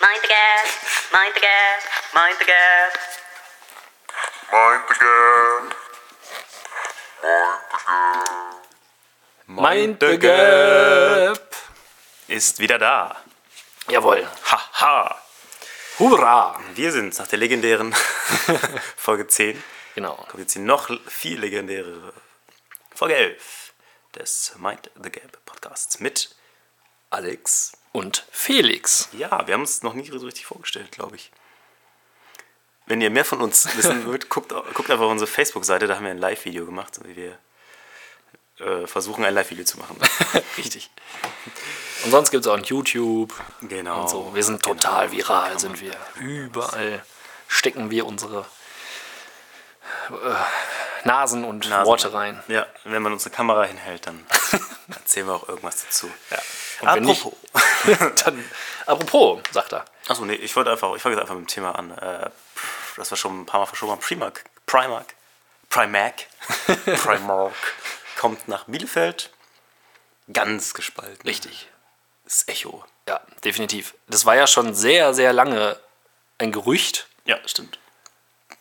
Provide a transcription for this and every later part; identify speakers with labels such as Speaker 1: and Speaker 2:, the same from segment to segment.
Speaker 1: Mind the gap, mind the gap, mind the gap.
Speaker 2: Mind the gap. Mind the gap.
Speaker 3: Mind the Gap
Speaker 4: ist wieder da.
Speaker 3: Jawohl.
Speaker 4: Haha.
Speaker 3: Hurra!
Speaker 4: Wir sind's nach der legendären Folge 10.
Speaker 3: Genau.
Speaker 4: Kommt jetzt die noch viel legendärere Folge 11 des Mind the Gap Podcasts mit Alex.
Speaker 3: Und Felix.
Speaker 4: Ja, wir haben uns noch nie so richtig vorgestellt, glaube ich. Wenn ihr mehr von uns wissen wollt, guckt, guckt einfach auf unsere Facebook-Seite, da haben wir ein Live-Video gemacht, so wie wir äh, versuchen, ein Live-Video zu machen. richtig.
Speaker 3: Und sonst gibt es auch ein YouTube
Speaker 4: Genau.
Speaker 3: und so. Wir sind total
Speaker 4: Genau.
Speaker 3: viral, sind wir. Überall stecken wir unsere äh, Nasen und
Speaker 4: Nasen.
Speaker 3: Worte rein.
Speaker 4: Ja, wenn man unsere Kamera hinhält, dann erzählen wir auch irgendwas dazu.
Speaker 3: Und wenn nicht-
Speaker 4: Apropos.
Speaker 3: Dann, apropos, sagt er.
Speaker 4: Achso, nee, ich wollte einfach, ich fange jetzt einfach mit dem Thema an. Äh, pff, das war schon ein paar Mal verschoben. haben. Primark, Primark, Primark, Primark kommt nach Bielefeld. Ganz gespalten.
Speaker 3: Richtig.
Speaker 4: Das Echo.
Speaker 3: Ja, definitiv. Das war ja schon sehr, sehr lange ein Gerücht.
Speaker 4: Ja, stimmt.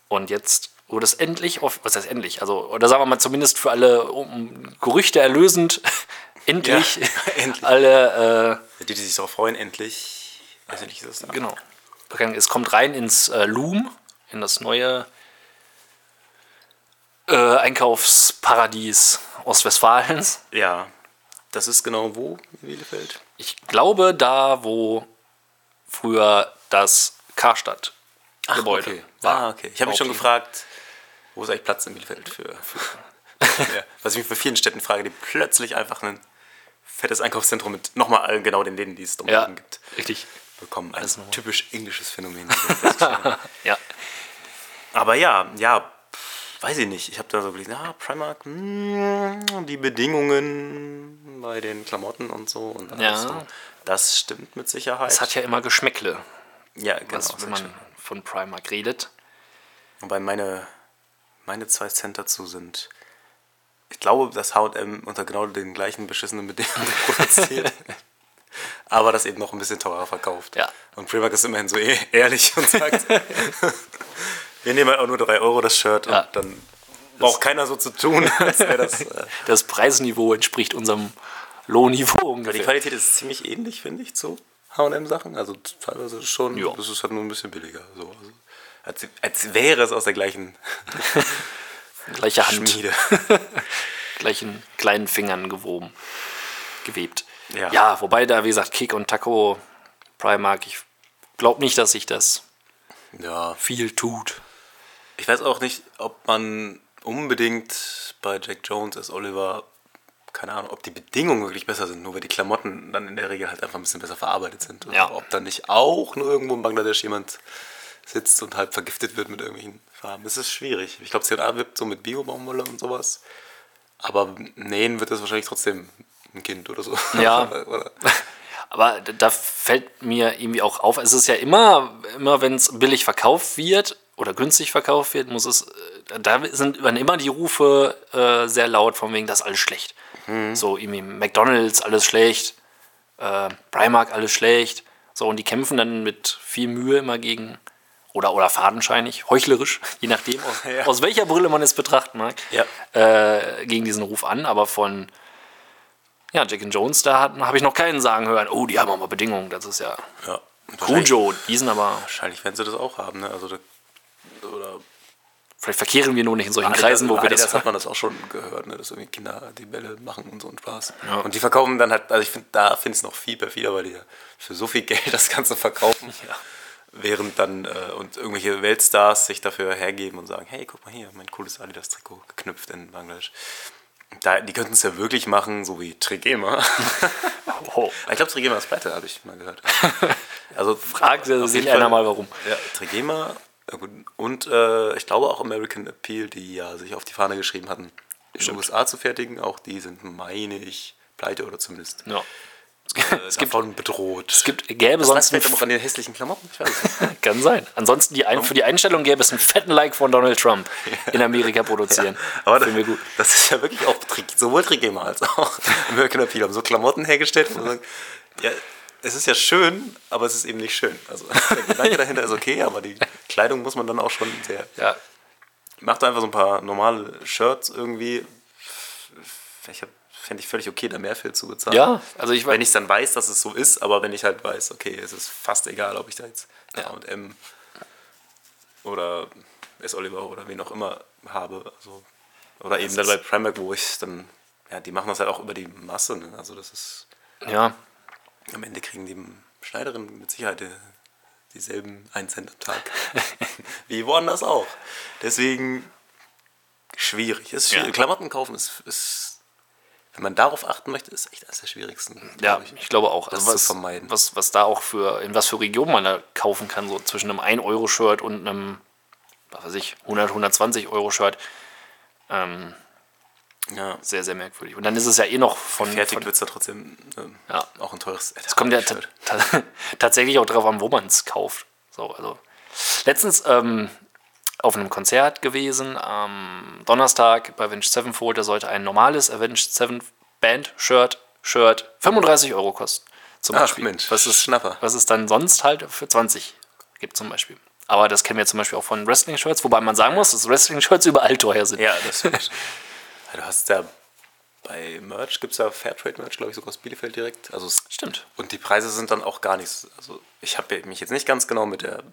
Speaker 3: Und jetzt wurde es endlich, off was heißt endlich? Also, oder sagen wir mal zumindest für alle um, Gerüchte erlösend, endlich,
Speaker 4: Ja, endlich.
Speaker 3: alle,
Speaker 4: Die, die sich darauf freuen, endlich. Also nicht, ist das
Speaker 3: äh, genau. Es kommt rein ins äh, Loom, in das neue äh, Einkaufsparadies Ostwestfalens.
Speaker 4: Ja, das ist genau wo in Bielefeld?
Speaker 3: Ich glaube, da, wo früher das Karstadt-Gebäude
Speaker 4: okay.
Speaker 3: war.
Speaker 4: Ah, okay. Ich habe mich schon
Speaker 3: Bauplan.
Speaker 4: gefragt, wo ist eigentlich Platz in Bielefeld für. für ja. Was ich mich bei vielen Städten frage, die plötzlich einfach ein fettes Einkaufszentrum mit nochmal allen genau den Läden, die es
Speaker 3: Ja,
Speaker 4: drumherum gibt,
Speaker 3: richtig.
Speaker 4: bekommen. Ein
Speaker 3: nochmal.
Speaker 4: typisch englisches Phänomen. wie wir feststellen.
Speaker 3: Ja.
Speaker 4: Aber ja, ja, pff, weiß ich nicht. Ich habe da so gelesen, ah, Primark, mm, die Bedingungen bei den Klamotten und so. Und alles
Speaker 3: Ja.
Speaker 4: so. Das stimmt mit Sicherheit.
Speaker 3: Es hat ja immer Geschmäckle,
Speaker 4: ja, genau.
Speaker 3: was,
Speaker 4: das
Speaker 3: Also wenn
Speaker 4: hat
Speaker 3: man von Primark redet.
Speaker 4: Wobei meine, meine zwei Cent dazu sind. Ich glaube, dass HM unter genau den gleichen beschissenen Bedingungen produziert. aber das eben noch ein bisschen teurer verkauft.
Speaker 3: Ja.
Speaker 4: Und Primark ist immerhin so eh ehrlich und sagt: Wir nehmen halt auch nur 3 Euro das Shirt
Speaker 3: Ja.
Speaker 4: und dann braucht keiner so zu tun, als wäre das. Äh
Speaker 3: Das Preisniveau entspricht unserem Lohnniveau
Speaker 4: die
Speaker 3: ungefähr.
Speaker 4: Qualität ist ziemlich ähnlich, finde ich, zu HM-Sachen. Also teilweise schon.
Speaker 3: Ja.
Speaker 4: Das ist halt nur ein bisschen billiger. So. Also, als, als wäre es aus der gleichen
Speaker 3: Gleiche Hand,
Speaker 4: Schmiede.
Speaker 3: gleichen kleinen Fingern gewoben, gewebt.
Speaker 4: Ja.
Speaker 3: wobei da, wie gesagt, Kick und Taco, Primark, ich glaube nicht, dass sich das
Speaker 4: Ja,
Speaker 3: viel tut.
Speaker 4: Ich weiß auch nicht, ob man unbedingt bei Jack Jones als Oliver, keine Ahnung, ob die Bedingungen wirklich besser sind, nur weil die Klamotten dann in der Regel halt einfach ein bisschen besser verarbeitet sind. Und
Speaker 3: Ja.
Speaker 4: Ob dann nicht auch nur irgendwo in Bangladesch jemand sitzt und halb vergiftet wird mit irgendwelchen Farben. Das ist schwierig. Ich glaube, CA wirbt so mit Bio-Baumwolle und sowas. Aber nähen wird das wahrscheinlich trotzdem ein Kind oder so.
Speaker 3: Ja.
Speaker 4: oder?
Speaker 3: Aber d- da fällt mir irgendwie auch auf, es ist ja immer, immer wenn es billig verkauft wird oder günstig verkauft wird, muss es, äh, da sind dann immer die Rufe äh, sehr laut, von wegen, das ist alles schlecht. So irgendwie McDonalds, alles schlecht, äh, Primark, alles schlecht. So, und die kämpfen dann mit viel Mühe immer gegen, oder, oder fadenscheinig, heuchlerisch, je nachdem, aus,
Speaker 4: Ja.
Speaker 3: aus welcher Brille man es betrachten mag,
Speaker 4: Ja.
Speaker 3: äh, gegen diesen Ruf an, aber von ja, Jack and Jones, da hat- habe ich noch keinen sagen hören, oh, die haben aber Bedingungen, das ist ja
Speaker 4: ja.
Speaker 3: Cujo, die sind aber,
Speaker 4: Wahrscheinlich werden sie das auch haben, ne? Also da, oder
Speaker 3: vielleicht verkehren wir nur nicht in solchen
Speaker 4: Adidas-
Speaker 3: Kreisen, wo wir
Speaker 4: Adidas
Speaker 3: das
Speaker 4: hat man das auch schon gehört, ne, dass irgendwie Kinder die Bälle machen und so einen Spaß. Und die verkaufen dann halt, also ich finde, da finde ich es noch viel perfider, weil die ja für so viel Geld das Ganze verkaufen, während dann äh, und irgendwelche Weltstars sich dafür hergeben und sagen, hey, guck mal hier, mein cooles Adidas-Trikot geknüpft in Bangladesch. Da, die könnten es ja wirklich machen, so wie Trigema.
Speaker 3: Oh,
Speaker 4: ich glaube, Trigema ist pleite, habe ich mal gehört. Also
Speaker 3: fragt
Speaker 4: auf jeden
Speaker 3: sich
Speaker 4: Fall-
Speaker 3: einer mal warum.
Speaker 4: ja, Trigema ja gut. und äh, ich glaube auch American Appeal, die ja sich auf die Fahne geschrieben hatten, in den USA zu fertigen. Auch die sind, meine ich, pleite oder zumindest
Speaker 3: Ja.
Speaker 4: es gibt, davon bedroht.
Speaker 3: Es gibt, gäbe
Speaker 4: das
Speaker 3: sonst
Speaker 4: sonst
Speaker 3: einen,
Speaker 4: vielleicht aber von den hässlichen Klamotten, ich weiß es nicht.
Speaker 3: kann sein. Ansonsten die ein, für die Einstellung gäbe es einen fetten Like von Donald Trump in Amerika
Speaker 4: ja.
Speaker 3: produzieren.
Speaker 4: Aber das,
Speaker 3: Finden wir gut.
Speaker 4: das ist ja wirklich auch Tri- sowohl Trigema als auch American Appeal haben so Klamotten hergestellt. Und sagen, ja, es ist ja schön, aber es ist eben nicht schön. Also der Gedanke dahinter ist okay, aber die Kleidung muss man dann auch schon sehr.
Speaker 3: Ja,
Speaker 4: Macht einfach so ein paar normale Shirts irgendwie. Ich fände ich völlig okay, da mehr für zu bezahlen.
Speaker 3: ja also ich
Speaker 4: Wenn
Speaker 3: weiß,
Speaker 4: ich dann weiß, dass es so ist, aber wenn ich halt weiß, okay, es ist fast egal, ob ich da jetzt HM oder S. Oliver oder wen auch immer habe. Also, oder eben dann bei Primark, wo ich dann, ja, die machen das halt auch über die Masse. Ne? Also das ist,
Speaker 3: ja,
Speaker 4: am Ende kriegen die Schneiderinnen mit Sicherheit die, dieselben 1 Cent am Tag. Wie woanders auch. Deswegen schwierig. Ist schwierig.
Speaker 3: Ja.
Speaker 4: Klamotten kaufen ist, ist, wenn man darauf achten möchte, ist echt eines der schwierigsten.
Speaker 3: ja,
Speaker 4: glaub ich.
Speaker 3: ich glaube auch.
Speaker 4: Das
Speaker 3: Also was,
Speaker 4: zu vermeiden.
Speaker 3: Was, was da auch für, in was für Regionen man da kaufen kann, so zwischen einem 1-Euro-Shirt und einem, was weiß ich, 100, 120-Euro-Shirt. Ähm,
Speaker 4: ja.
Speaker 3: sehr, sehr merkwürdig. Und dann ist es ja eh noch von.
Speaker 4: Fertig
Speaker 3: von
Speaker 4: wird es da trotzdem ähm,
Speaker 3: Ja.
Speaker 4: auch ein teures.
Speaker 3: Es kommt ja ta ta tatsächlich auch drauf an, wo man es kauft. So, also. Letztens ähm, auf einem Konzert gewesen, am Donnerstag bei Avenged Sevenfold, da sollte ein normales Avenged Seven Band Shirt, Shirt 35 Euro kosten. Zum
Speaker 4: Ach,
Speaker 3: Beispiel.
Speaker 4: Mensch,
Speaker 3: was ist
Speaker 4: Schnapper.
Speaker 3: Was es dann sonst halt für 20 gibt zum Beispiel. Aber das kennen wir zum Beispiel auch von Wrestling-Shirts, wobei man sagen muss, dass Wrestling-Shirts überall teuer sind.
Speaker 4: Ja, das stimmt. Ja, du hast ja bei Merch, gibt es ja Fairtrade-Merch, glaube ich, sogar aus Bielefeld direkt. Also es-
Speaker 3: Stimmt.
Speaker 4: Und die Preise sind dann auch gar nichts. Also ich habe mich jetzt nicht ganz genau mit, der,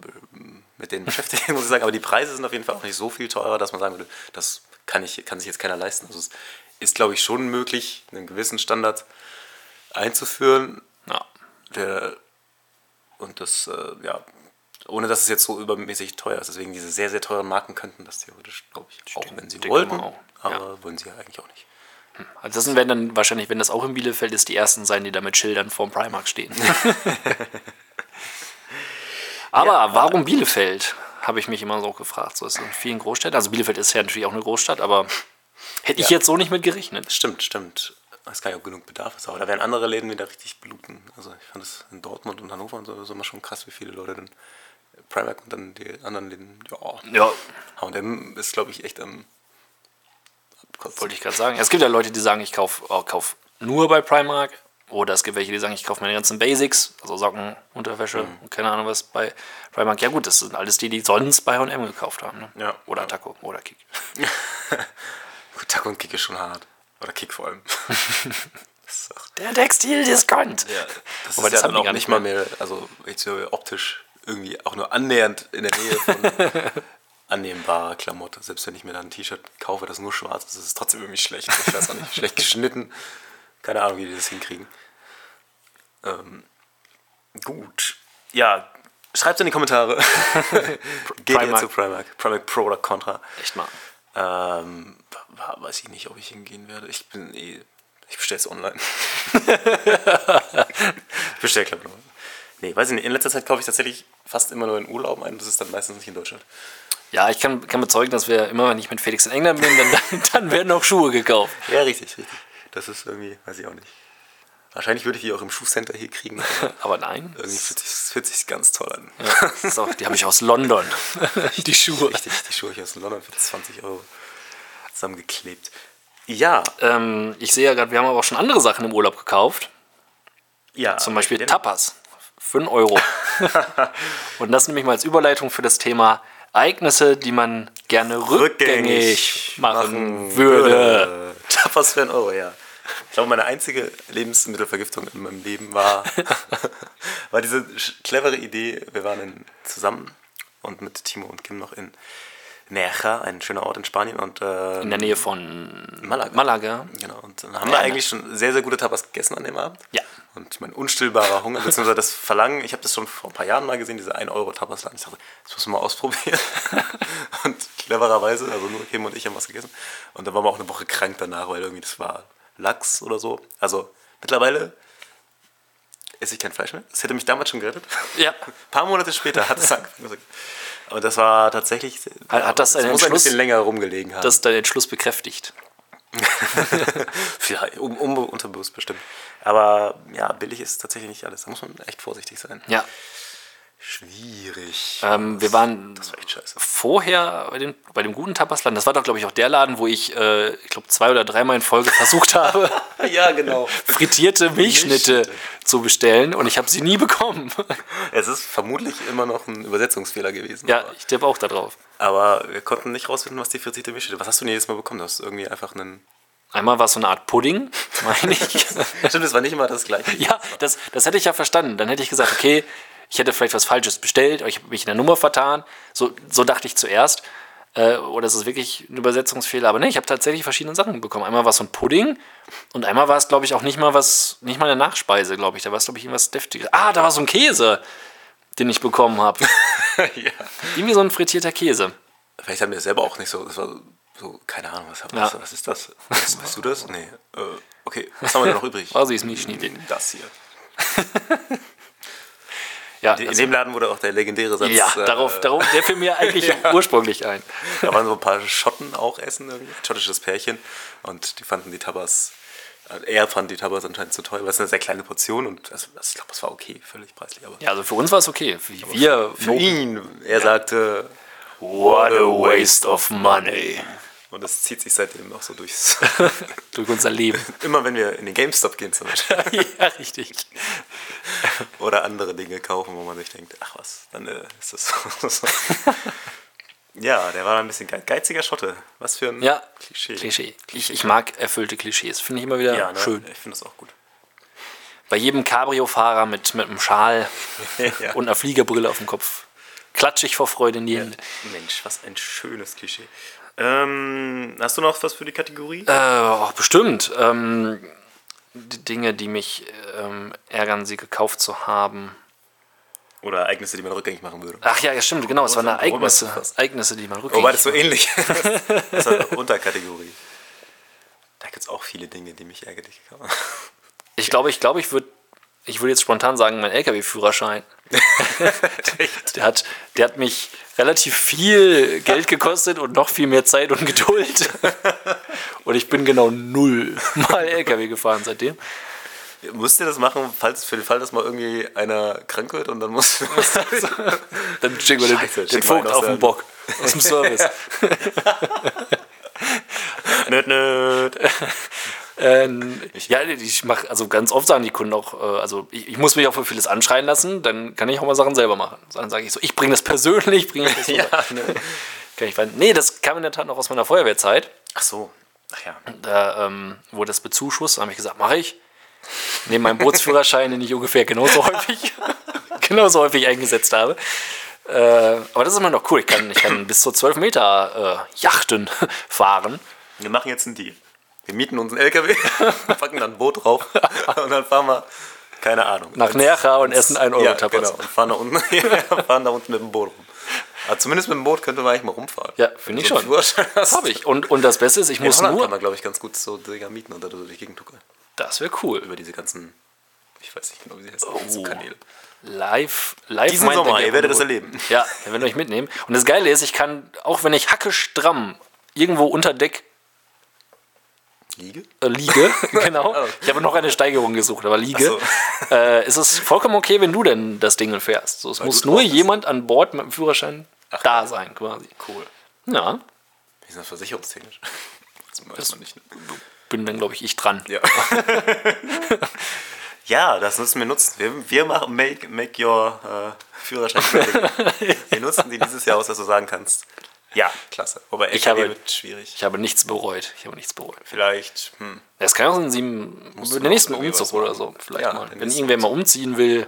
Speaker 4: mit denen beschäftigt, muss ich sagen, aber die Preise sind auf jeden Fall auch nicht so viel teurer, dass man sagen würde, das kann, ich, kann sich jetzt keiner leisten. Also es ist, glaube ich, schon möglich, einen gewissen Standard einzuführen,
Speaker 3: Ja.
Speaker 4: Der, und das, äh, ja, ohne dass es jetzt so übermäßig teuer ist. Deswegen diese sehr, sehr teuren Marken könnten das theoretisch, glaube ich, auch wenn sie
Speaker 3: denke
Speaker 4: wollten.
Speaker 3: mal auch,
Speaker 4: Aber
Speaker 3: ja.
Speaker 4: wollen sie ja eigentlich auch nicht.
Speaker 3: Also das werden dann wahrscheinlich, wenn das auch in Bielefeld ist, die ersten sein, die da mit Schildern vorm Primark stehen. aber
Speaker 4: äh,
Speaker 3: warum Bielefeld? Habe ich mich immer so gefragt. So ist es in vielen Großstädten. Also Bielefeld ist ja natürlich auch eine Großstadt, aber hätte ich
Speaker 4: Ja.
Speaker 3: jetzt so nicht mit gerechnet.
Speaker 4: Stimmt, stimmt. Ich weiß gar nicht, ob genug Bedarf ist, aber da werden andere Läden wieder richtig bluten. Also ich fand es in Dortmund und Hannover und so, so immer schon krass, wie viele Leute dann Primark und dann die anderen Läden, ja,
Speaker 3: Ja,
Speaker 4: H&M ist, glaube ich, echt am Abkotzen.
Speaker 3: wollte ich gerade sagen. Es gibt ja Leute, die sagen, ich kaufe oh, kauf nur bei Primark. Oder es gibt welche, die sagen, ich kaufe meine ganzen Basics, also Socken, Unterwäsche
Speaker 4: Mhm.
Speaker 3: und keine Ahnung was bei Primark. Ja gut, das sind alles die, die sonst bei H&M gekauft haben. Ne?
Speaker 4: Ja.
Speaker 3: Oder
Speaker 4: Ja.
Speaker 3: Taco oder Kick.
Speaker 4: Gut, Tag und Kick ist schon hart. Oder Kick vor allem. das ist auch
Speaker 3: Der Textildiscount.
Speaker 4: Ja, das
Speaker 3: Aber
Speaker 4: ist
Speaker 3: das
Speaker 4: ja dann
Speaker 3: haben die
Speaker 4: auch
Speaker 3: gar
Speaker 4: nicht
Speaker 3: nicht
Speaker 4: mal mehr, also ich sehe optisch irgendwie auch nur annähernd in der Nähe von annehmbarer Klamotte. Selbst wenn ich mir dann ein T-Shirt kaufe, das nur schwarz ist, ist es trotzdem irgendwie schlecht. Ich weiß auch nicht, schlecht geschnitten. Keine Ahnung, wie die das hinkriegen. Ähm, gut. Ja, schreibt in die Kommentare. Geht ihr
Speaker 3: Primark.
Speaker 4: zu Primark? Primark Pro oder Contra?
Speaker 3: Echt mal.
Speaker 4: Ähm, wa- wa- weiß ich nicht, ob ich hingehen werde. Ich bin eh. Ich bestelle es online. ich bestelle Klamotten. online. Nee, weiß ich nicht. In letzter Zeit kaufe ich tatsächlich fast immer nur in Urlauben ein. Das ist dann meistens nicht in Deutschland.
Speaker 3: Ja, ich kann, kann bezeugen, dass wir immer, wenn ich mit Felix in England bin, dann, dann, dann werden auch Schuhe gekauft.
Speaker 4: Ja, richtig, richtig. Das ist irgendwie, weiß ich auch nicht. Wahrscheinlich würde ich die auch im Schuhcenter hier kriegen. Aber
Speaker 3: Aber nein,
Speaker 4: irgendwie fühlt sich, fühlt sich ganz toll an.
Speaker 3: das ist auch, die habe ich aus London. die Schuhe.
Speaker 4: Richtig, die Schuhe hier aus London für 20 Euro zusammengeklebt. Ja,
Speaker 3: Ähm, ich sehe ja gerade, wir haben aber auch schon andere Sachen im Urlaub gekauft.
Speaker 4: ja.
Speaker 3: Zum Beispiel
Speaker 4: den-
Speaker 3: Tapas. Für einen Euro. Und das nehme ich mal als Überleitung für das Thema Ereignisse, die man gerne rückgängig, machen, würde.
Speaker 4: Tapas für einen Euro, ja. Ich glaube, meine einzige Lebensmittelvergiftung in meinem Leben war, war diese sch- clevere Idee. Wir waren in, zusammen und mit Timo und Kim noch in Nerja, ein schöner Ort in Spanien und äh,
Speaker 3: In der Nähe von
Speaker 4: Malaga.
Speaker 3: Malaga.
Speaker 4: Genau, und dann haben wir
Speaker 3: Ja,
Speaker 4: eigentlich schon sehr, sehr gute Tapas gegessen an dem Abend.
Speaker 3: Ja.
Speaker 4: Und mein unstillbarer Hunger, beziehungsweise das Verlangen, ich habe das schon vor ein paar Jahren mal gesehen, diese 1-Euro-Tapasladen. Ich dachte, das müssen wir mal ausprobieren. und clevererweise, also nur Kim und ich haben was gegessen. Und dann waren wir auch eine Woche krank danach, weil irgendwie das war Lachs oder so. Also mittlerweile esse ich kein Fleisch mehr. Das hätte mich damals schon gerettet.
Speaker 3: Ja.
Speaker 4: Ein paar Monate später hat es angefangen. Aber das war tatsächlich.
Speaker 3: Hat- hat das einen
Speaker 4: muss ein
Speaker 3: Entschluss-
Speaker 4: bisschen länger rumgelegen haben.
Speaker 3: Das ist dein Entschluss bekräftigt.
Speaker 4: Vielleicht, um, um, unterbewusst bestimmt. Aber ja, billig ist tatsächlich nicht alles. Da muss man echt vorsichtig sein.
Speaker 3: Ja.
Speaker 4: Schwierig. ich.
Speaker 3: Ähm, wir waren
Speaker 4: Das war echt scheiße.
Speaker 3: vorher bei dem, bei dem guten Tapasladen, das war doch, glaube ich, auch der Laden, wo ich, äh, ich glaube, zwei oder dreimal in Folge versucht habe,
Speaker 4: Ja, genau.
Speaker 3: frittierte Milchschnitte
Speaker 4: Milchschnitte.
Speaker 3: zu bestellen und ich habe sie nie bekommen.
Speaker 4: Es ist vermutlich immer noch ein Übersetzungsfehler gewesen.
Speaker 3: ja,
Speaker 4: aber-
Speaker 3: ich tippe auch da drauf.
Speaker 4: Aber wir konnten nicht rausfinden, was die frittierte Milchschnitte. Was hast du denn jedes Mal bekommen? Du hast irgendwie einfach einen.
Speaker 3: Einmal war es so eine Art Pudding, meine ich.
Speaker 4: Stimmt, es war nicht immer das gleiche.
Speaker 3: ja, das, das hätte ich ja verstanden. Dann hätte ich gesagt, okay, ich hätte vielleicht was Falsches bestellt, aber ich habe mich in der Nummer vertan. So, so dachte ich zuerst. Äh, oder es ist wirklich ein Übersetzungsfehler. Aber nee, ich habe tatsächlich verschiedene Sachen bekommen. Einmal war es so ein Pudding und einmal war es, glaube ich, auch nicht mal was, nicht mal eine Nachspeise, glaube ich. Da war es, glaube ich, irgendwas Deftiges. Ah, da war so ein Käse, den ich bekommen habe.
Speaker 4: ja.
Speaker 3: Irgendwie so ein frittierter Käse.
Speaker 4: Vielleicht haben wir es selber auch nicht so. Das war so, keine Ahnung, was, was,
Speaker 3: Ja.
Speaker 4: was ist das? Weißt, weißt du das? Nee. Äh, okay, was haben wir denn noch übrig?
Speaker 3: Oh, sie ist Milchschnitte.
Speaker 4: Das hier.
Speaker 3: Ja,
Speaker 4: In
Speaker 3: das-
Speaker 4: dem Laden wurde auch der legendäre Satz.
Speaker 3: ja
Speaker 4: äh,
Speaker 3: darauf, darauf, der fiel mir eigentlich
Speaker 4: Ja.
Speaker 3: ursprünglich ein.
Speaker 4: Da waren so ein paar Schotten auch essen, irgendwie, ein schottisches Pärchen. Und die fanden die Tabas, äh, er fand die Tabas anscheinend zu teuer, weil es eine sehr kleine Portion und das, das, ich glaube, das war okay, völlig preislich. Aber
Speaker 3: Ja, also für uns war es okay. Für- Wir,
Speaker 4: für ihn, er sagte,
Speaker 3: What a waste of money.
Speaker 4: und das zieht sich seitdem auch so durchs.
Speaker 3: Durch unser Leben.
Speaker 4: Immer wenn wir in den GameStop gehen zum Beispiel
Speaker 3: ja, richtig.
Speaker 4: oder andere Dinge kaufen, wo man sich denkt, ach was, dann äh, ist das so. ja, der war ein bisschen gei- geiziger Schotte. Was für ein
Speaker 3: Ja,
Speaker 4: Klischee.
Speaker 3: Klischee. Ich, ich mag erfüllte Klischees. Finde ich immer wieder
Speaker 4: Ja, ne?
Speaker 3: schön.
Speaker 4: Ich finde das auch gut.
Speaker 3: Bei jedem Cabrio-Fahrer mit, mit einem Schal
Speaker 4: Ja.
Speaker 3: und einer Fliegerbrille auf dem Kopf klatsche ich vor Freude in die Hände.
Speaker 4: Mensch, was ein schönes Klischee. Ähm, hast du noch was für die Kategorie?
Speaker 3: Äh, oh, bestimmt. Ähm, die Dinge, die mich ähm, ärgern, sie gekauft zu haben.
Speaker 4: Oder Ereignisse, die man rückgängig machen würde?
Speaker 3: Ach ja, ja, stimmt, genau. Es waren
Speaker 4: Worüber
Speaker 3: Ereignisse,
Speaker 4: hast du fast?
Speaker 3: Ereignisse, die man rückgängig
Speaker 4: Wobei Oh, das so ähnlich ist. Das ist eine Unterkategorie. Da gibt es auch viele Dinge, die mich ärgerlich haben.
Speaker 3: Ich glaube, ich glaube, ich würde ich würde jetzt spontan sagen, mein LKW-Führerschein. der, hat, der hat mich relativ viel Geld gekostet und noch viel mehr Zeit und Geduld. und ich bin genau null mal LKW gefahren seitdem.
Speaker 4: Müsst ihr das machen, falls für den Fall, dass mal irgendwie einer krank wird und dann muss.
Speaker 3: Dann schicken wir den,
Speaker 4: Scheiße, schicken
Speaker 3: den
Speaker 4: wir
Speaker 3: Vogt
Speaker 4: einen aus
Speaker 3: auf den
Speaker 4: der-
Speaker 3: Bock aus dem Service.
Speaker 4: nöt, nöt.
Speaker 3: Ähm, ja, ich mache also ganz oft sagen die Kunden auch, äh, also ich, ich muss mich auch für vieles anschreien lassen, dann kann ich auch mal Sachen selber machen. Dann sage ich so, ich bringe das persönlich, bringe das
Speaker 4: Ja, ne.
Speaker 3: rüber. kann ich ver- Nee, das kam in der Tat noch aus meiner Feuerwehrzeit.
Speaker 4: Ach so. Ach ja.
Speaker 3: Da ähm, wurde das bezuschusst, da habe ich gesagt, mache ich. Neben meinem Bootsführerschein, den ich ungefähr genauso häufig, genauso häufig eingesetzt habe. Äh, aber das ist immer noch cool. Ich kann, ich kann bis zu 12 Meter äh, Yachten fahren.
Speaker 4: Wir machen jetzt einen Deal. Wir mieten uns einen LKW, packen dann ein Boot drauf und dann fahren wir, keine Ahnung.
Speaker 3: Nach Nercha und essen einen Euro
Speaker 4: ja,
Speaker 3: Tapas.
Speaker 4: genau. Und fahren da, unten, ja, fahren da unten mit dem Boot rum. Aber zumindest mit dem Boot könnte man eigentlich mal rumfahren.
Speaker 3: Ja, finde ich
Speaker 4: so einen
Speaker 3: schon.
Speaker 4: Führerschein hast.
Speaker 3: Habe ich. Und, und das Beste ist, ich
Speaker 4: In
Speaker 3: muss
Speaker 4: Holland kann
Speaker 3: nur.
Speaker 4: man, glaube ich, ganz gut so Dinger mieten und da so durch die Gegend tuckeln.
Speaker 3: Das wäre cool.
Speaker 4: Über diese ganzen, ich weiß nicht genau, wie sie heißen,
Speaker 3: Oh.
Speaker 4: so Kanäle.
Speaker 3: Live, live
Speaker 4: Diesen
Speaker 3: mein
Speaker 4: Sommer,
Speaker 3: Ding-
Speaker 4: ihr werdet das erleben.
Speaker 3: Ja, wir werden euch mitnehmen. Und das Geile ist, ich kann, auch wenn ich hacke stramm irgendwo unter Deck
Speaker 4: Liege?
Speaker 3: äh, liege, genau.
Speaker 4: Oh.
Speaker 3: Ich habe noch eine Steigerung gesucht, aber liege. Äh, ist es vollkommen okay, wenn du denn das Ding fährst. So, es muss
Speaker 4: du
Speaker 3: nur
Speaker 4: drauf bist.
Speaker 3: jemand an Bord mit dem Führerschein
Speaker 4: Ach,
Speaker 3: da
Speaker 4: cool.
Speaker 3: sein, quasi.
Speaker 4: Cool.
Speaker 3: Ja,
Speaker 4: Wie ist das versicherungstechnisch? Das weiß man nicht. Ne?
Speaker 3: bin dann, glaube ich, ich dran.
Speaker 4: Ja. ja, das müssen wir nutzen. Wir, wir machen Make, make Your äh, Führerschein. gültig. wir nutzen die dieses Jahr aus, dass du sagen kannst. Ja, klasse. Wobei
Speaker 3: Ich
Speaker 4: LKW
Speaker 3: habe-
Speaker 4: wird schwierig.
Speaker 3: Ich habe nichts bereut. Ich habe nichts bereut.
Speaker 4: Vielleicht. Hm.
Speaker 3: Das kann auch in sieben,
Speaker 4: du
Speaker 3: in
Speaker 4: noch
Speaker 3: der nächsten
Speaker 4: irgendwie
Speaker 3: Umzug
Speaker 4: was
Speaker 3: oder
Speaker 4: machen.
Speaker 3: so vielleicht
Speaker 4: Ja,
Speaker 3: mal.
Speaker 4: den
Speaker 3: Wenn
Speaker 4: nächsten
Speaker 3: irgendwer mal umziehen will,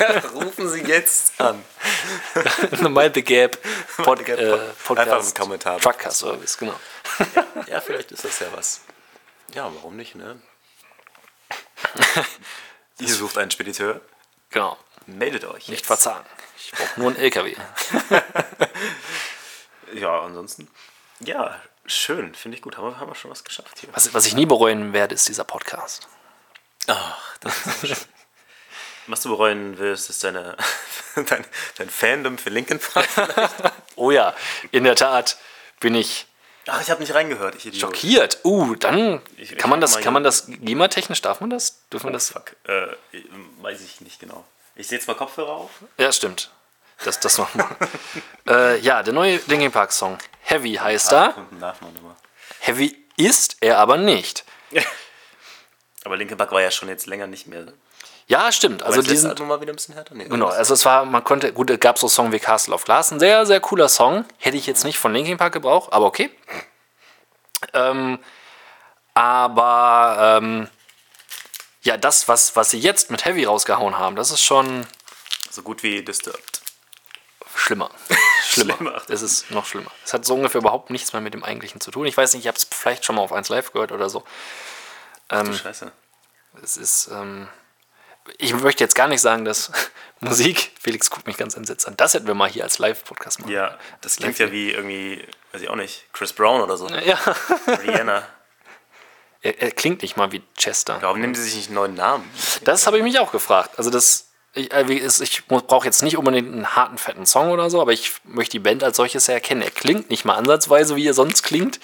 Speaker 4: Rufen Sie jetzt an.
Speaker 3: Mind the Gap, Pod,
Speaker 4: the Gap
Speaker 3: äh,
Speaker 4: Pod-
Speaker 3: Podcast,
Speaker 4: einfach einen Kommentar.
Speaker 3: Trucker Service, genau.
Speaker 4: Ja, vielleicht ist das ja was. Ja, warum nicht, ne? Ihr sucht einen Spediteur.
Speaker 3: genau.
Speaker 4: Meldet euch.
Speaker 3: Nicht
Speaker 4: jetzt.
Speaker 3: verzahlen. Ich brauche nur einen LKW.
Speaker 4: Ja, ansonsten. Ja, schön. Finde ich gut. Haben wir, haben wir schon was geschafft hier.
Speaker 3: Was, was ich nie bereuen werde, ist dieser Podcast.
Speaker 4: Ach, das ist schön. Was du bereuen wirst, ist deine, dein, dein Fandom für Linkin Park.
Speaker 3: Oh ja, in der Tat bin ich
Speaker 4: Ach, ich habe nicht reingehört. Ich Idiot.
Speaker 3: schockiert. Uh, dann
Speaker 4: Ich- ich
Speaker 3: kann man
Speaker 4: mach
Speaker 3: das,
Speaker 4: mal
Speaker 3: kann man
Speaker 4: hier- Oh,
Speaker 3: das GEMA-technisch, darf man das? Dürfen wir das?
Speaker 4: Fuck. Äh, weiß ich nicht genau. Ich sehe zwar Kopfhörer auf.
Speaker 3: Ja, stimmt. Das, das nochmal. äh, ja, der neue Linkin Park Song. Heavy heißt er.
Speaker 4: Sekunden Ah, darf man immer.
Speaker 3: Heavy ist er aber nicht.
Speaker 4: Aber Linkin Park war ja schon jetzt länger nicht mehr.
Speaker 3: Ja, stimmt. Also
Speaker 5: das letzte
Speaker 3: diesen,
Speaker 5: Album war wieder ein bisschen härter. Nee,
Speaker 3: Genau,
Speaker 5: das-
Speaker 3: also es war, man konnte, gut, es gab so Song wie Castle of Glass, ein sehr, sehr cooler Song. Hätte ich jetzt nicht von Linkin Park gebraucht, aber okay. Ähm, aber ähm, ja, das, was, was sie jetzt mit Heavy rausgehauen haben, das ist schon
Speaker 4: So gut wie Disturbed.
Speaker 3: schlimmer. Schlimmer.
Speaker 4: Schlimmer.
Speaker 3: Es ist noch schlimmer. Es hat so ungefähr überhaupt nichts mehr mit dem eigentlichen zu tun. Ich weiß nicht, ich habe es vielleicht schon mal auf 1 Live gehört oder so. Ähm,
Speaker 4: Du Scheiße.
Speaker 3: Es ist, ähm, ich möchte jetzt gar nicht sagen, dass Musik, Felix guckt mich ganz entsetzt an, das hätten wir mal hier als Live-Podcast machen.
Speaker 4: Ja, das klingt ja wie irgendwie, weiß ich auch nicht, Chris Brown oder so.
Speaker 3: Ja.
Speaker 4: Rihanna.
Speaker 3: Er, er klingt nicht mal wie Chester.
Speaker 4: Warum nehmen sie sich nicht einen neuen Namen?
Speaker 3: Das habe ich mich auch gefragt. Also das, ich, äh, wie ist- ich brauche jetzt nicht unbedingt einen harten, fetten Song oder so, aber ich möchte die Band als solches ja erkennen. Er klingt nicht mal ansatzweise, wie er sonst klingt.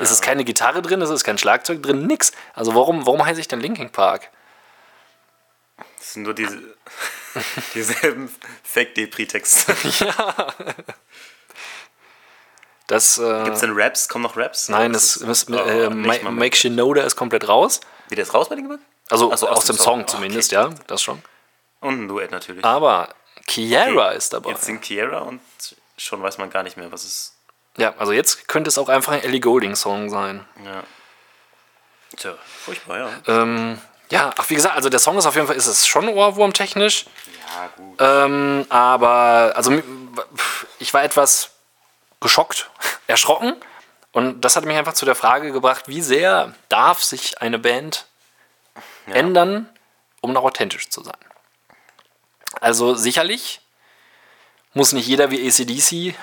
Speaker 3: Es ist keine Gitarre drin, es ist kein Schlagzeug drin, nix. Also warum, warum heiße ich denn Linkin Park?
Speaker 4: Das sind nur diese, dieselben Fake-Depri-Texte.
Speaker 3: Das, äh,
Speaker 4: Gibt's denn Raps? Kommen noch Raps?
Speaker 3: nein, das,
Speaker 4: ist-
Speaker 3: ist,
Speaker 4: Oh, nicht
Speaker 3: äh, Ma-
Speaker 4: mal mit.
Speaker 3: Mike Shinoda ist komplett raus.
Speaker 4: Geht das raus bei den
Speaker 3: Also
Speaker 4: Ach so,
Speaker 3: aus, dem
Speaker 4: Ah,
Speaker 3: Song, zumindest, ja, das schon.
Speaker 4: Okay. Und ein Duett natürlich.
Speaker 3: Aber Kiara ist dabei.
Speaker 4: Jetzt singt Kiera und schon weiß man gar nicht mehr, was es.
Speaker 3: Ja, also jetzt könnte es auch einfach ein Ellie Golding-Song sein.
Speaker 4: Ja. Tja, furchtbar, ja.
Speaker 3: Ähm, ja, ach, wie gesagt, also der Song ist auf jeden Fall, ist es schon Ohrwurm-technisch.
Speaker 4: Ja, gut.
Speaker 3: Ähm, aber, also mi- pf, ich war etwas geschockt, erschrocken. Und das hat mich einfach zu der Frage gebracht, wie sehr darf sich eine Band ändern, um noch authentisch zu sein? Also sicherlich muss nicht jeder wie ACDC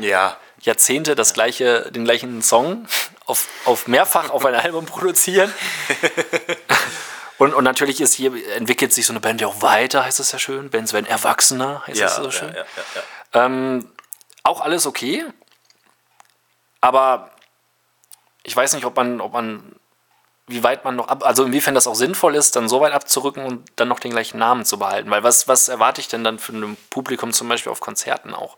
Speaker 3: Äh,
Speaker 4: Ja.
Speaker 3: Jahrzehnte das gleiche, den gleichen Song auf, auf mehrfach auf ein Album produzieren. Und, und natürlich ist hier, entwickelt sich so eine Band ja auch weiter, heißt es ja schön. Bands werden erwachsener, heißt
Speaker 4: Ja,
Speaker 3: es so
Speaker 4: ja,
Speaker 3: schön.
Speaker 4: ja, ja, ja.
Speaker 3: Ähm, auch alles okay. Aber ich weiß nicht, ob man, ob man, wie weit man noch ab, also inwiefern das auch sinnvoll ist, dann so weit abzurücken und dann noch den gleichen Namen zu behalten. Weil was, was erwarte ich denn dann von einem Publikum zum Beispiel auf Konzerten auch?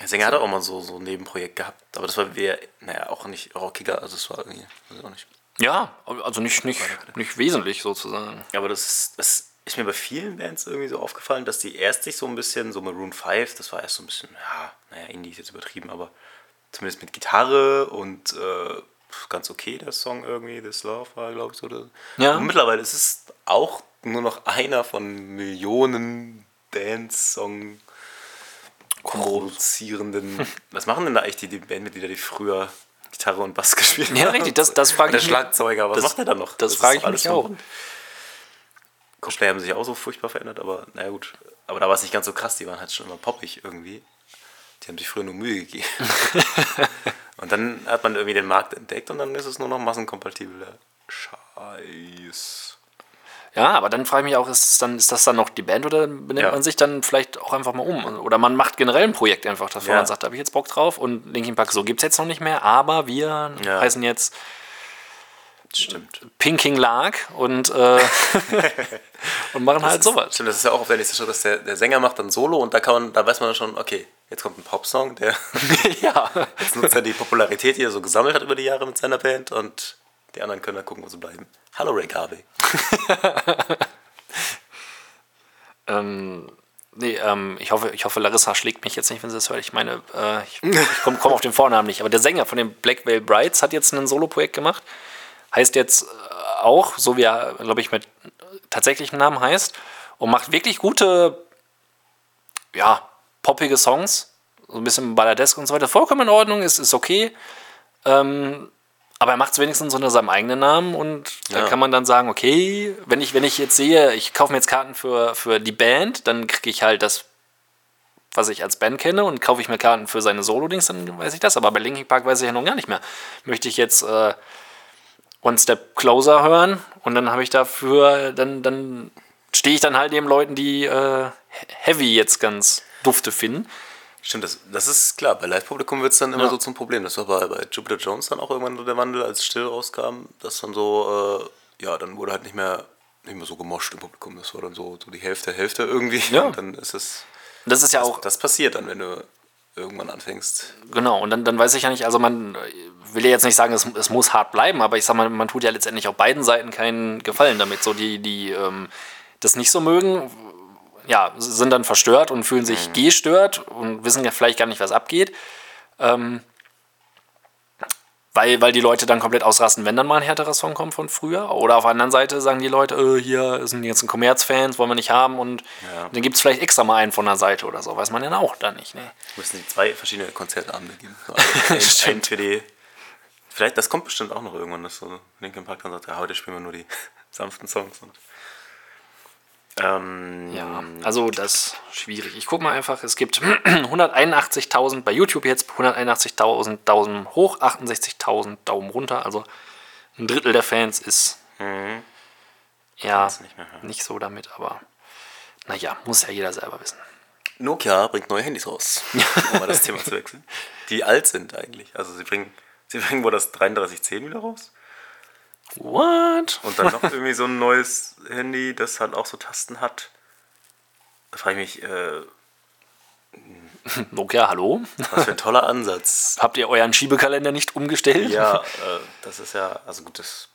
Speaker 4: Der Sänger hat auch mal so, so ein Nebenprojekt gehabt, aber das war eher, naja, auch nicht rockiger, also es war irgendwie, weiß ich auch nicht.
Speaker 3: Ja, also nicht, nicht, nicht wesentlich sozusagen.
Speaker 4: Aber das ist, das ist mir bei vielen Bands irgendwie so aufgefallen, dass die erst sich so ein bisschen, so Maroon 5, das war erst so ein bisschen, ja, naja, Indie ist jetzt übertrieben, aber zumindest mit Gitarre und äh, ganz okay der Song irgendwie, This Love war, glaube ich, so. Der.
Speaker 3: Ja.
Speaker 4: Und mittlerweile ist es auch nur noch einer von Millionen Dance-Song
Speaker 3: Hm.
Speaker 4: produzierenden. Was machen denn da eigentlich die, die Bandmitglieder, die früher Gitarre und Bass gespielt haben?
Speaker 3: Ja, richtig, das, das frage
Speaker 4: Der
Speaker 3: ich mich.
Speaker 4: Schlagzeuger, was
Speaker 3: das-
Speaker 4: macht er da noch?
Speaker 3: Das,
Speaker 4: ist
Speaker 3: frage ich
Speaker 4: doch alles
Speaker 3: mich
Speaker 4: so-
Speaker 3: auch.
Speaker 4: Cosplay haben sich auch so furchtbar verändert, aber naja gut. Aber da war es nicht ganz so krass, die waren halt schon immer poppig irgendwie. Die haben sich früher nur Mühe gegeben. und dann hat man irgendwie den Markt entdeckt und dann ist es nur noch massenkompatibler Scheiß.
Speaker 3: Ja, aber dann frage ich mich auch, ist, es dann, ist das dann noch die Band oder benennt
Speaker 4: Ja.
Speaker 3: man sich dann vielleicht auch einfach mal um? Oder man macht generell ein Projekt einfach davon
Speaker 4: Ja.
Speaker 3: und sagt, da habe ich jetzt Bock drauf und Linkin Park, so gibt es jetzt noch nicht mehr, aber wir
Speaker 4: Ja.
Speaker 3: heißen jetzt
Speaker 4: Stimmt.
Speaker 3: Pinking Lark und, äh, und machen halt sowas.
Speaker 4: Stimmt, das ist ja auch auf der nächsten Schritt, dass der, der Sänger macht dann Solo und da kann man, da weiß man dann schon, okay, jetzt kommt ein Popsong, der
Speaker 3: ja.
Speaker 4: jetzt nutzt er die Popularität, die er so gesammelt hat über die Jahre mit seiner Band und die anderen können dann gucken, wo sie bleiben. Hallo Ray Garvey.
Speaker 3: Ähm, nee, ähm, ich, hoffe, ich hoffe, Larissa schlägt mich jetzt nicht, wenn sie das hört. Ich meine, äh, ich, ich komme komm auf den Vornamen nicht. Aber der Sänger von den Black Veil Brides hat jetzt ein Solo-Projekt gemacht. Heißt jetzt äh, auch, so wie er, glaube ich, mit tatsächlichen Namen heißt. Und macht wirklich gute, ja, poppige Songs. So ein bisschen Balladesk und so weiter. Vollkommen in Ordnung, ist, ist okay. Ähm, aber er macht es wenigstens unter seinem eigenen Namen und da
Speaker 4: Ja.
Speaker 3: kann man dann sagen, okay, wenn ich, wenn ich jetzt sehe, ich kaufe mir jetzt Karten für, für die Band, dann kriege ich halt das, was ich als Band kenne und kaufe ich mir Karten für seine Solo-Dings, dann weiß ich das. Aber bei Linkin Park weiß ich ja noch gar nicht mehr. Möchte ich jetzt äh, One Step Closer hören und dann habe ich dafür, dann, dann stehe ich dann halt neben Leuten, die äh, Heavy jetzt ganz dufte finden.
Speaker 4: Stimmt, das, das ist klar. Bei Live-Publikum wird es dann immer
Speaker 3: Ja.
Speaker 4: so zum Problem. Das war bei, bei Jupiter Jones dann auch irgendwann so der Wandel, als Still rauskam, dass dann so, äh, ja, dann wurde halt nicht mehr, nicht mehr so gemoscht im Publikum. Das war dann so, so die Hälfte, Hälfte irgendwie.
Speaker 3: Ja.
Speaker 4: Und dann ist es
Speaker 3: Das ist ja auch,
Speaker 4: Das passiert dann, wenn du irgendwann anfängst.
Speaker 3: genau, und dann, dann weiß ich ja nicht, also man will ja jetzt nicht sagen, es, es muss hart bleiben, aber ich sag mal, man tut ja letztendlich auf beiden Seiten keinen Gefallen damit. So die, die ähm, das nicht so mögen, ja, sind dann verstört und fühlen sich gestört und wissen ja vielleicht gar nicht, was abgeht. Ähm, weil, weil die Leute dann komplett ausrasten, wenn dann mal ein härterer Song kommt von früher. Oder auf der anderen Seite sagen die Leute, äh, hier sind die ganzen Kommerzfans, wollen wir nicht haben. Und dann gibt es vielleicht extra mal einen von der Seite oder so. Weiß man ja auch dann nicht. Ne?
Speaker 4: Müssen die zwei verschiedene Konzertabende geben. So, also ein, ein für die. Vielleicht, das kommt bestimmt auch noch irgendwann, dass so Linkin Park dann sagt, ja, heute spielen wir nur die sanften Songs. Und, ähm,
Speaker 3: Ja, also das ist schwierig. Ich guck mal einfach, es gibt 181.000 bei YouTube jetzt, 181.000 Daumen hoch, 68.000 Daumen runter. Also ein Drittel der Fans ist ja
Speaker 4: Mhm. nicht
Speaker 3: nicht,
Speaker 4: mehr hören.
Speaker 3: so damit, aber naja, muss ja jeder selber wissen.
Speaker 4: Nokia bringt neue Handys raus, um mal das Thema zu wechseln. Die alt sind eigentlich. Also sie bringen, sie bringen wohl das 3310 wieder raus.
Speaker 3: What?
Speaker 4: Und dann noch irgendwie so ein neues Handy, das halt auch so Tasten hat. Da frage ich mich, äh,
Speaker 3: Nokia, hallo?
Speaker 4: was für ein toller Ansatz.
Speaker 3: Habt ihr euren Schiebekalender nicht umgestellt?
Speaker 4: Ja, äh, das ist ja, also gut, das,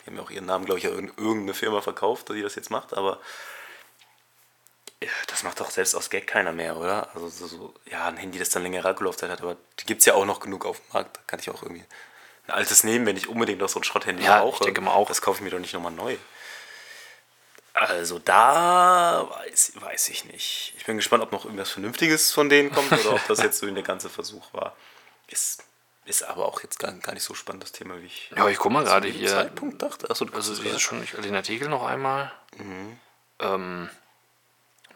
Speaker 4: die haben ja auch ihren Namen, glaube ich, an irgendeine Firma verkauft, die das jetzt macht, aber ja, das macht doch selbst aus Gag keiner mehr, oder? Also so, so ja, ein Handy, das dann längere Akkulaufzeit hat, aber die gibt es ja auch noch genug auf dem Markt, da kann ich auch irgendwie ein altes nehmen, wenn ich unbedingt noch so ein Schrotthandy
Speaker 3: Ja, ich
Speaker 4: brauche.
Speaker 3: denke mal auch.
Speaker 4: Das kaufe ich mir doch nicht nochmal neu. Also da weiß, weiß ich nicht. Ich bin gespannt, ob noch irgendwas Vernünftiges von denen kommt oder ob das jetzt so der ganze Versuch war. Ist, ist aber auch jetzt gar, gar nicht so spannend, das Thema, wie ich
Speaker 3: Ja, ich guck mal gerade
Speaker 4: zu dem
Speaker 3: hier.
Speaker 4: Zeitpunkt dachte. Achso, du guckst
Speaker 3: Also ich
Speaker 4: gerade.
Speaker 3: lese schon den Artikel noch einmal. Ähm,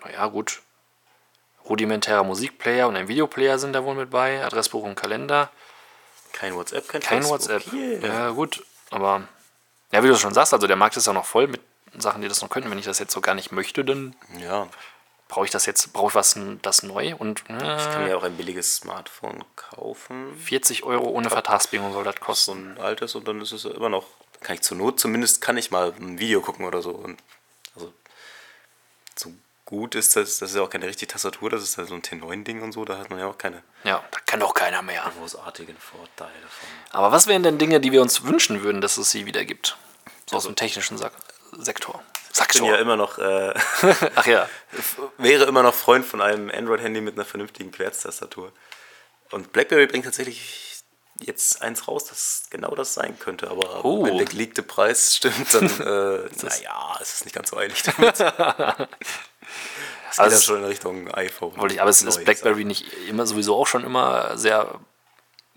Speaker 3: naja, gut. Rudimentärer Musikplayer und ein Videoplayer sind da wohl mit bei. Adressbuch und Kalender.
Speaker 4: kein WhatsApp, kein,
Speaker 3: Kein
Speaker 4: Facebook.
Speaker 3: WhatsApp.
Speaker 4: Yeah.
Speaker 3: Ja, gut. Aber, ja, wie du schon sagst, also der Markt ist ja noch voll mit Sachen, die das noch könnten. Wenn ich das jetzt so gar nicht möchte, dann
Speaker 4: Ja,
Speaker 3: brauche ich das jetzt, brauche ich was, n- das neu. Und äh,
Speaker 4: kann mir auch ein billiges Smartphone kaufen.
Speaker 3: 40 Euro ohne Vertragsbedingung soll das
Speaker 4: So
Speaker 3: kosten.
Speaker 4: ein altes und dann ist es ja immer noch. Kann ich zur Not zumindest kann ich mal ein Video gucken oder so. Und also so gut ist das, das ist ja auch keine richtige Tastatur, das ist ja so ein T9-Ding und so, da hat man ja auch keine
Speaker 3: Ja, da kann doch keiner mehr.
Speaker 4: großartigen Vorteile von.
Speaker 3: Aber was wären denn Dinge, die wir uns wünschen würden, dass es sie wieder gibt? So aus dem technischen Sak Sektor.
Speaker 4: Also Ich bin
Speaker 3: Sektor.
Speaker 4: ja immer noch, äh,
Speaker 3: Ach ja.
Speaker 4: wäre immer noch Freund von einem Android-Handy mit einer vernünftigen Querztastatur. Und BlackBerry bringt tatsächlich jetzt eins raus, das genau das sein könnte. Aber
Speaker 3: Oh.
Speaker 4: wenn der geleakte Preis stimmt, dann äh, naja, es ist nicht ganz so eilig damit. Es geht
Speaker 3: Also
Speaker 4: ja
Speaker 3: es-
Speaker 4: schon in Richtung iPhone.
Speaker 3: Wollte ich, aber es ist
Speaker 4: Neues.
Speaker 3: BlackBerry nicht immer sowieso auch schon immer sehr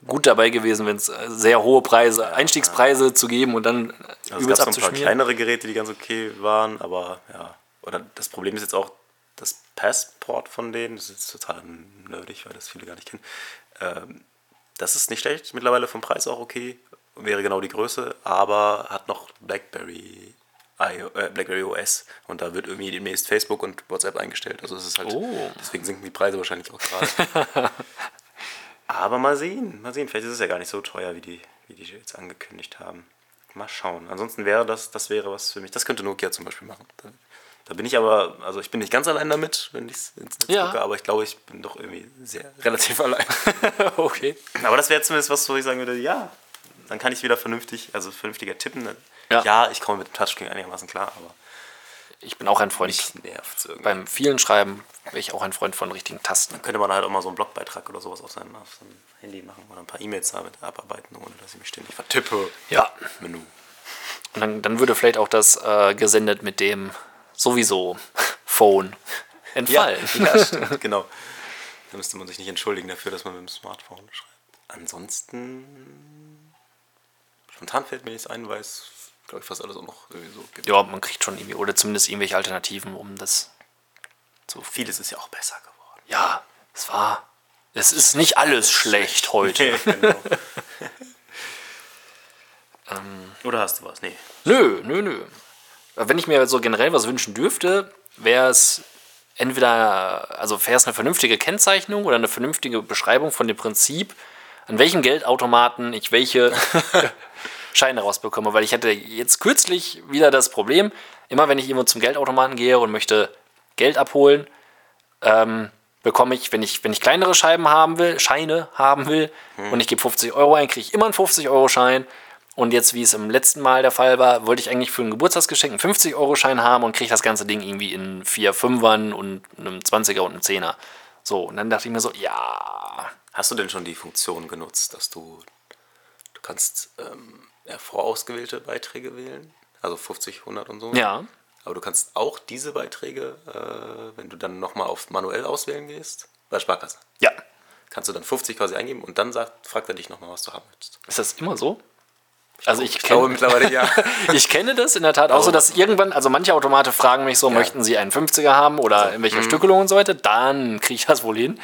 Speaker 3: gut dabei gewesen, wenn es äh, sehr hohe Preise, Einstiegspreise zu geben und dann äh,
Speaker 4: Also es gab
Speaker 3: übelst
Speaker 4: so ein paar
Speaker 3: abzuschmieren.
Speaker 4: kleinere Geräte, die ganz okay waren, aber ja. Oder das Problem ist jetzt auch das Passport von denen. Das ist total nerdig, weil das viele gar nicht kennen. Ähm, das ist nicht schlecht. Mittlerweile vom Preis auch okay. Wäre genau die Größe, aber hat noch BlackBerry, IO, äh, BlackBerry OS. Und da wird irgendwie demnächst Facebook und WhatsApp eingestellt. Also es ist halt.
Speaker 3: Oh.
Speaker 4: Deswegen sinken die Preise wahrscheinlich auch gerade. aber mal sehen, mal sehen. Vielleicht ist es ja gar nicht so teuer, wie die, wie die jetzt angekündigt haben. Mal schauen. Ansonsten wäre das, das wäre was für mich. Das könnte Nokia zum Beispiel machen. Da, da bin ich aber, also ich bin nicht ganz allein damit, wenn ich es ins Netz
Speaker 3: Ja.
Speaker 4: gucke, aber ich glaube, ich bin doch irgendwie sehr relativ allein.
Speaker 3: okay.
Speaker 4: Aber das wäre zumindest was, wo ich sagen würde, ja, dann kann ich wieder vernünftig, also vernünftiger tippen. Dann-
Speaker 3: Ja.
Speaker 4: ja ich komme mit dem Touchscreen einigermaßen klar, aber
Speaker 3: Ich bin auch ein Freund.
Speaker 4: mich nervt es irgendwie.
Speaker 3: Beim vielen Schreiben bin ich auch ein Freund von richtigen Tasten.
Speaker 4: könnte man halt auch mal so einen Blogbeitrag oder sowas auf seinem, auf seinem Handy machen oder ein paar E-Mails damit abarbeiten, ohne dass ich mich ständig vertippe.
Speaker 3: Ja.
Speaker 4: Menü.
Speaker 3: Und dann, dann würde vielleicht auch das äh, gesendet mit dem sowieso Phone entfallen.
Speaker 4: Ja, stimmt, genau. Da müsste man sich nicht entschuldigen dafür, dass man mit dem Smartphone schreibt. Ansonsten. Spontan fällt mir nichts ein, weil es, glaube ich, fast alles auch noch irgendwie so gibt.
Speaker 3: ja, man kriegt schon irgendwie, oder zumindest irgendwelche Alternativen, um das zu viel.
Speaker 4: Vieles ist ja auch besser geworden.
Speaker 3: Ja, es war. Es ist nicht alles schlecht heute.
Speaker 4: genau. Oder hast du was? Nee.
Speaker 3: Nö, nö, nö. Wenn ich mir so generell was wünschen dürfte, wäre es entweder, also wäre es eine vernünftige Kennzeichnung oder eine vernünftige Beschreibung von dem Prinzip, an welchem Geldautomaten ich welche Scheine rausbekomme. Weil ich hatte jetzt kürzlich wieder das Problem, immer wenn ich irgendwo zum Geldautomaten gehe und möchte Geld abholen, ähm, bekomme ich, wenn ich, wenn ich kleinere Scheiben haben will, Scheine haben will
Speaker 4: Hm.
Speaker 3: und ich gebe 50 Euro ein, kriege ich immer einen 50-Euro-Schein. Und jetzt, wie es im letzten Mal der Fall war, wollte ich eigentlich für ein Geburtstagsgeschenk einen 50-Euro-Schein haben und kriege das ganze Ding irgendwie in vier Fünfern und einem 20er und einem 10er. So, und dann dachte ich mir so, ja,
Speaker 4: Hast du denn schon die Funktion genutzt, dass du, du kannst ähm, ja, vorausgewählte Beiträge wählen, also 50, 100 und so.
Speaker 3: ja,
Speaker 4: Aber du kannst auch diese Beiträge, äh, wenn du dann nochmal auf manuell auswählen gehst, bei der Sparkasse,
Speaker 3: ja.
Speaker 4: kannst du dann 50 quasi eingeben und dann sagt, fragt er dich nochmal, was du haben möchtest.
Speaker 3: Ist das immer so? Also ich,
Speaker 4: glaube
Speaker 3: kenn-
Speaker 4: mittlerweile ja.
Speaker 3: ich kenne das in der Tat auch so, dass irgendwann, also manche Automate fragen mich so, möchten sie einen 50er haben oder in
Speaker 4: hm.
Speaker 3: welcher Stückelung und so weiter, dann kriege ich das wohl hin.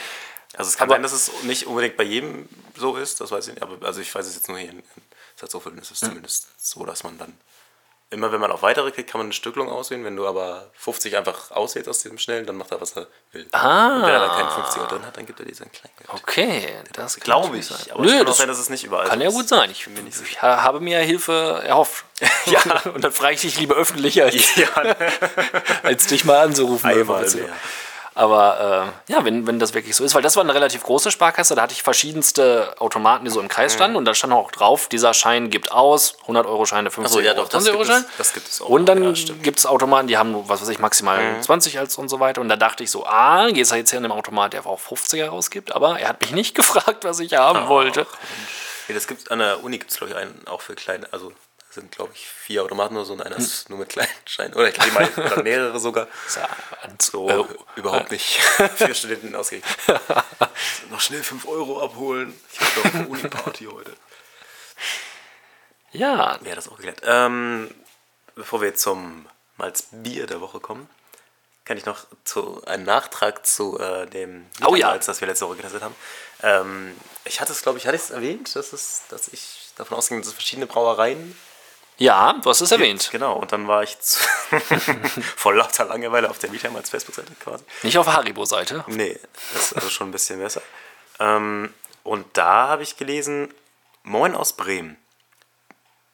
Speaker 4: Also es kann
Speaker 3: Aber-
Speaker 4: sein, dass es nicht unbedingt bei jedem so ist, das weiß ich nicht, aber also ich weiß es jetzt nur hier in, in Satzofilm ist es zumindest so, dass man dann immer wenn man auf weitere klickt, kann man eine Stückelung auswählen, wenn du aber 50 einfach auswählst aus diesem schnellen, dann macht er, was er will. Und wenn er dann keinen 50er drin hat, dann gibt er dir sein Kleingeld.
Speaker 3: Ah. Okay, das
Speaker 4: Glaube
Speaker 3: natürlich
Speaker 4: ich,
Speaker 3: sein.
Speaker 4: aber
Speaker 3: Nö,
Speaker 4: es kann auch
Speaker 3: das
Speaker 4: sein, dass es nicht überall
Speaker 3: kann ja
Speaker 4: ist.
Speaker 3: gut sein. Ich, ich ha- habe mir Hilfe erhofft. ja, und dann frage ich dich lieber öffentlich, als, als dich mal anzurufen.
Speaker 4: Einmal
Speaker 3: Einfach so.
Speaker 4: mehr.
Speaker 3: Aber äh, ja, wenn, wenn das wirklich so ist, weil das war eine relativ große Sparkasse, da hatte ich verschiedenste Automaten, die so im
Speaker 4: Mhm.
Speaker 3: Kreis standen und da stand auch drauf, dieser Schein gibt aus, 100-Euro-Scheine, 50
Speaker 4: ja,
Speaker 3: Euro,
Speaker 4: doch, das
Speaker 3: 20
Speaker 4: gibt
Speaker 3: Euro Schein.
Speaker 4: es- das gibt es auch
Speaker 3: Und
Speaker 4: noch,
Speaker 3: dann
Speaker 4: ja, stimmt. Mhm.
Speaker 3: gibt es Automaten, die haben, nur, was weiß ich, maximal 20 als und so weiter. Und da dachte ich so, ah, gehst du jetzt hier an dem Automat, der auch 50er rausgibt, aber er hat mich nicht gefragt, was ich haben wollte.
Speaker 4: Nee, das gibt's an der Uni gibt es, glaube ich, einen auch für kleine, also da sind, glaube ich, vier Automaten oder so und einer ist nur mit kleinen Scheinen. Oder ich glaube, die meisten- oder mehrere sogar.
Speaker 3: Ja, ans-
Speaker 4: So,
Speaker 3: äh,
Speaker 4: überhaupt nicht. Für Studenten ausgerichtet. Noch schnell 5 Euro abholen. Ich hab doch eine Uni-Party heute.
Speaker 3: ja,
Speaker 4: Ja, das auch geklärt. Ähm, bevor wir zum Malzbier der Woche kommen, kann ich noch zu, einen Nachtrag zu äh, dem
Speaker 3: Oh ja.
Speaker 4: Malz, das wir letzte Woche getestet haben. Ähm, ich hatte es, glaube ich, hatte ich es erwähnt, dass, es, dass ich davon ausging, dass es verschiedene Brauereien
Speaker 3: ja, du hast es erwähnt.
Speaker 4: Genau, und dann war ich zu- vor lauter Langeweile auf der Mietheim als Facebook-Seite quasi.
Speaker 3: Nicht auf Haribo-Seite.
Speaker 4: Nee, das ist also schon ein bisschen besser. Ähm, und da habe ich gelesen, Moin aus Bremen.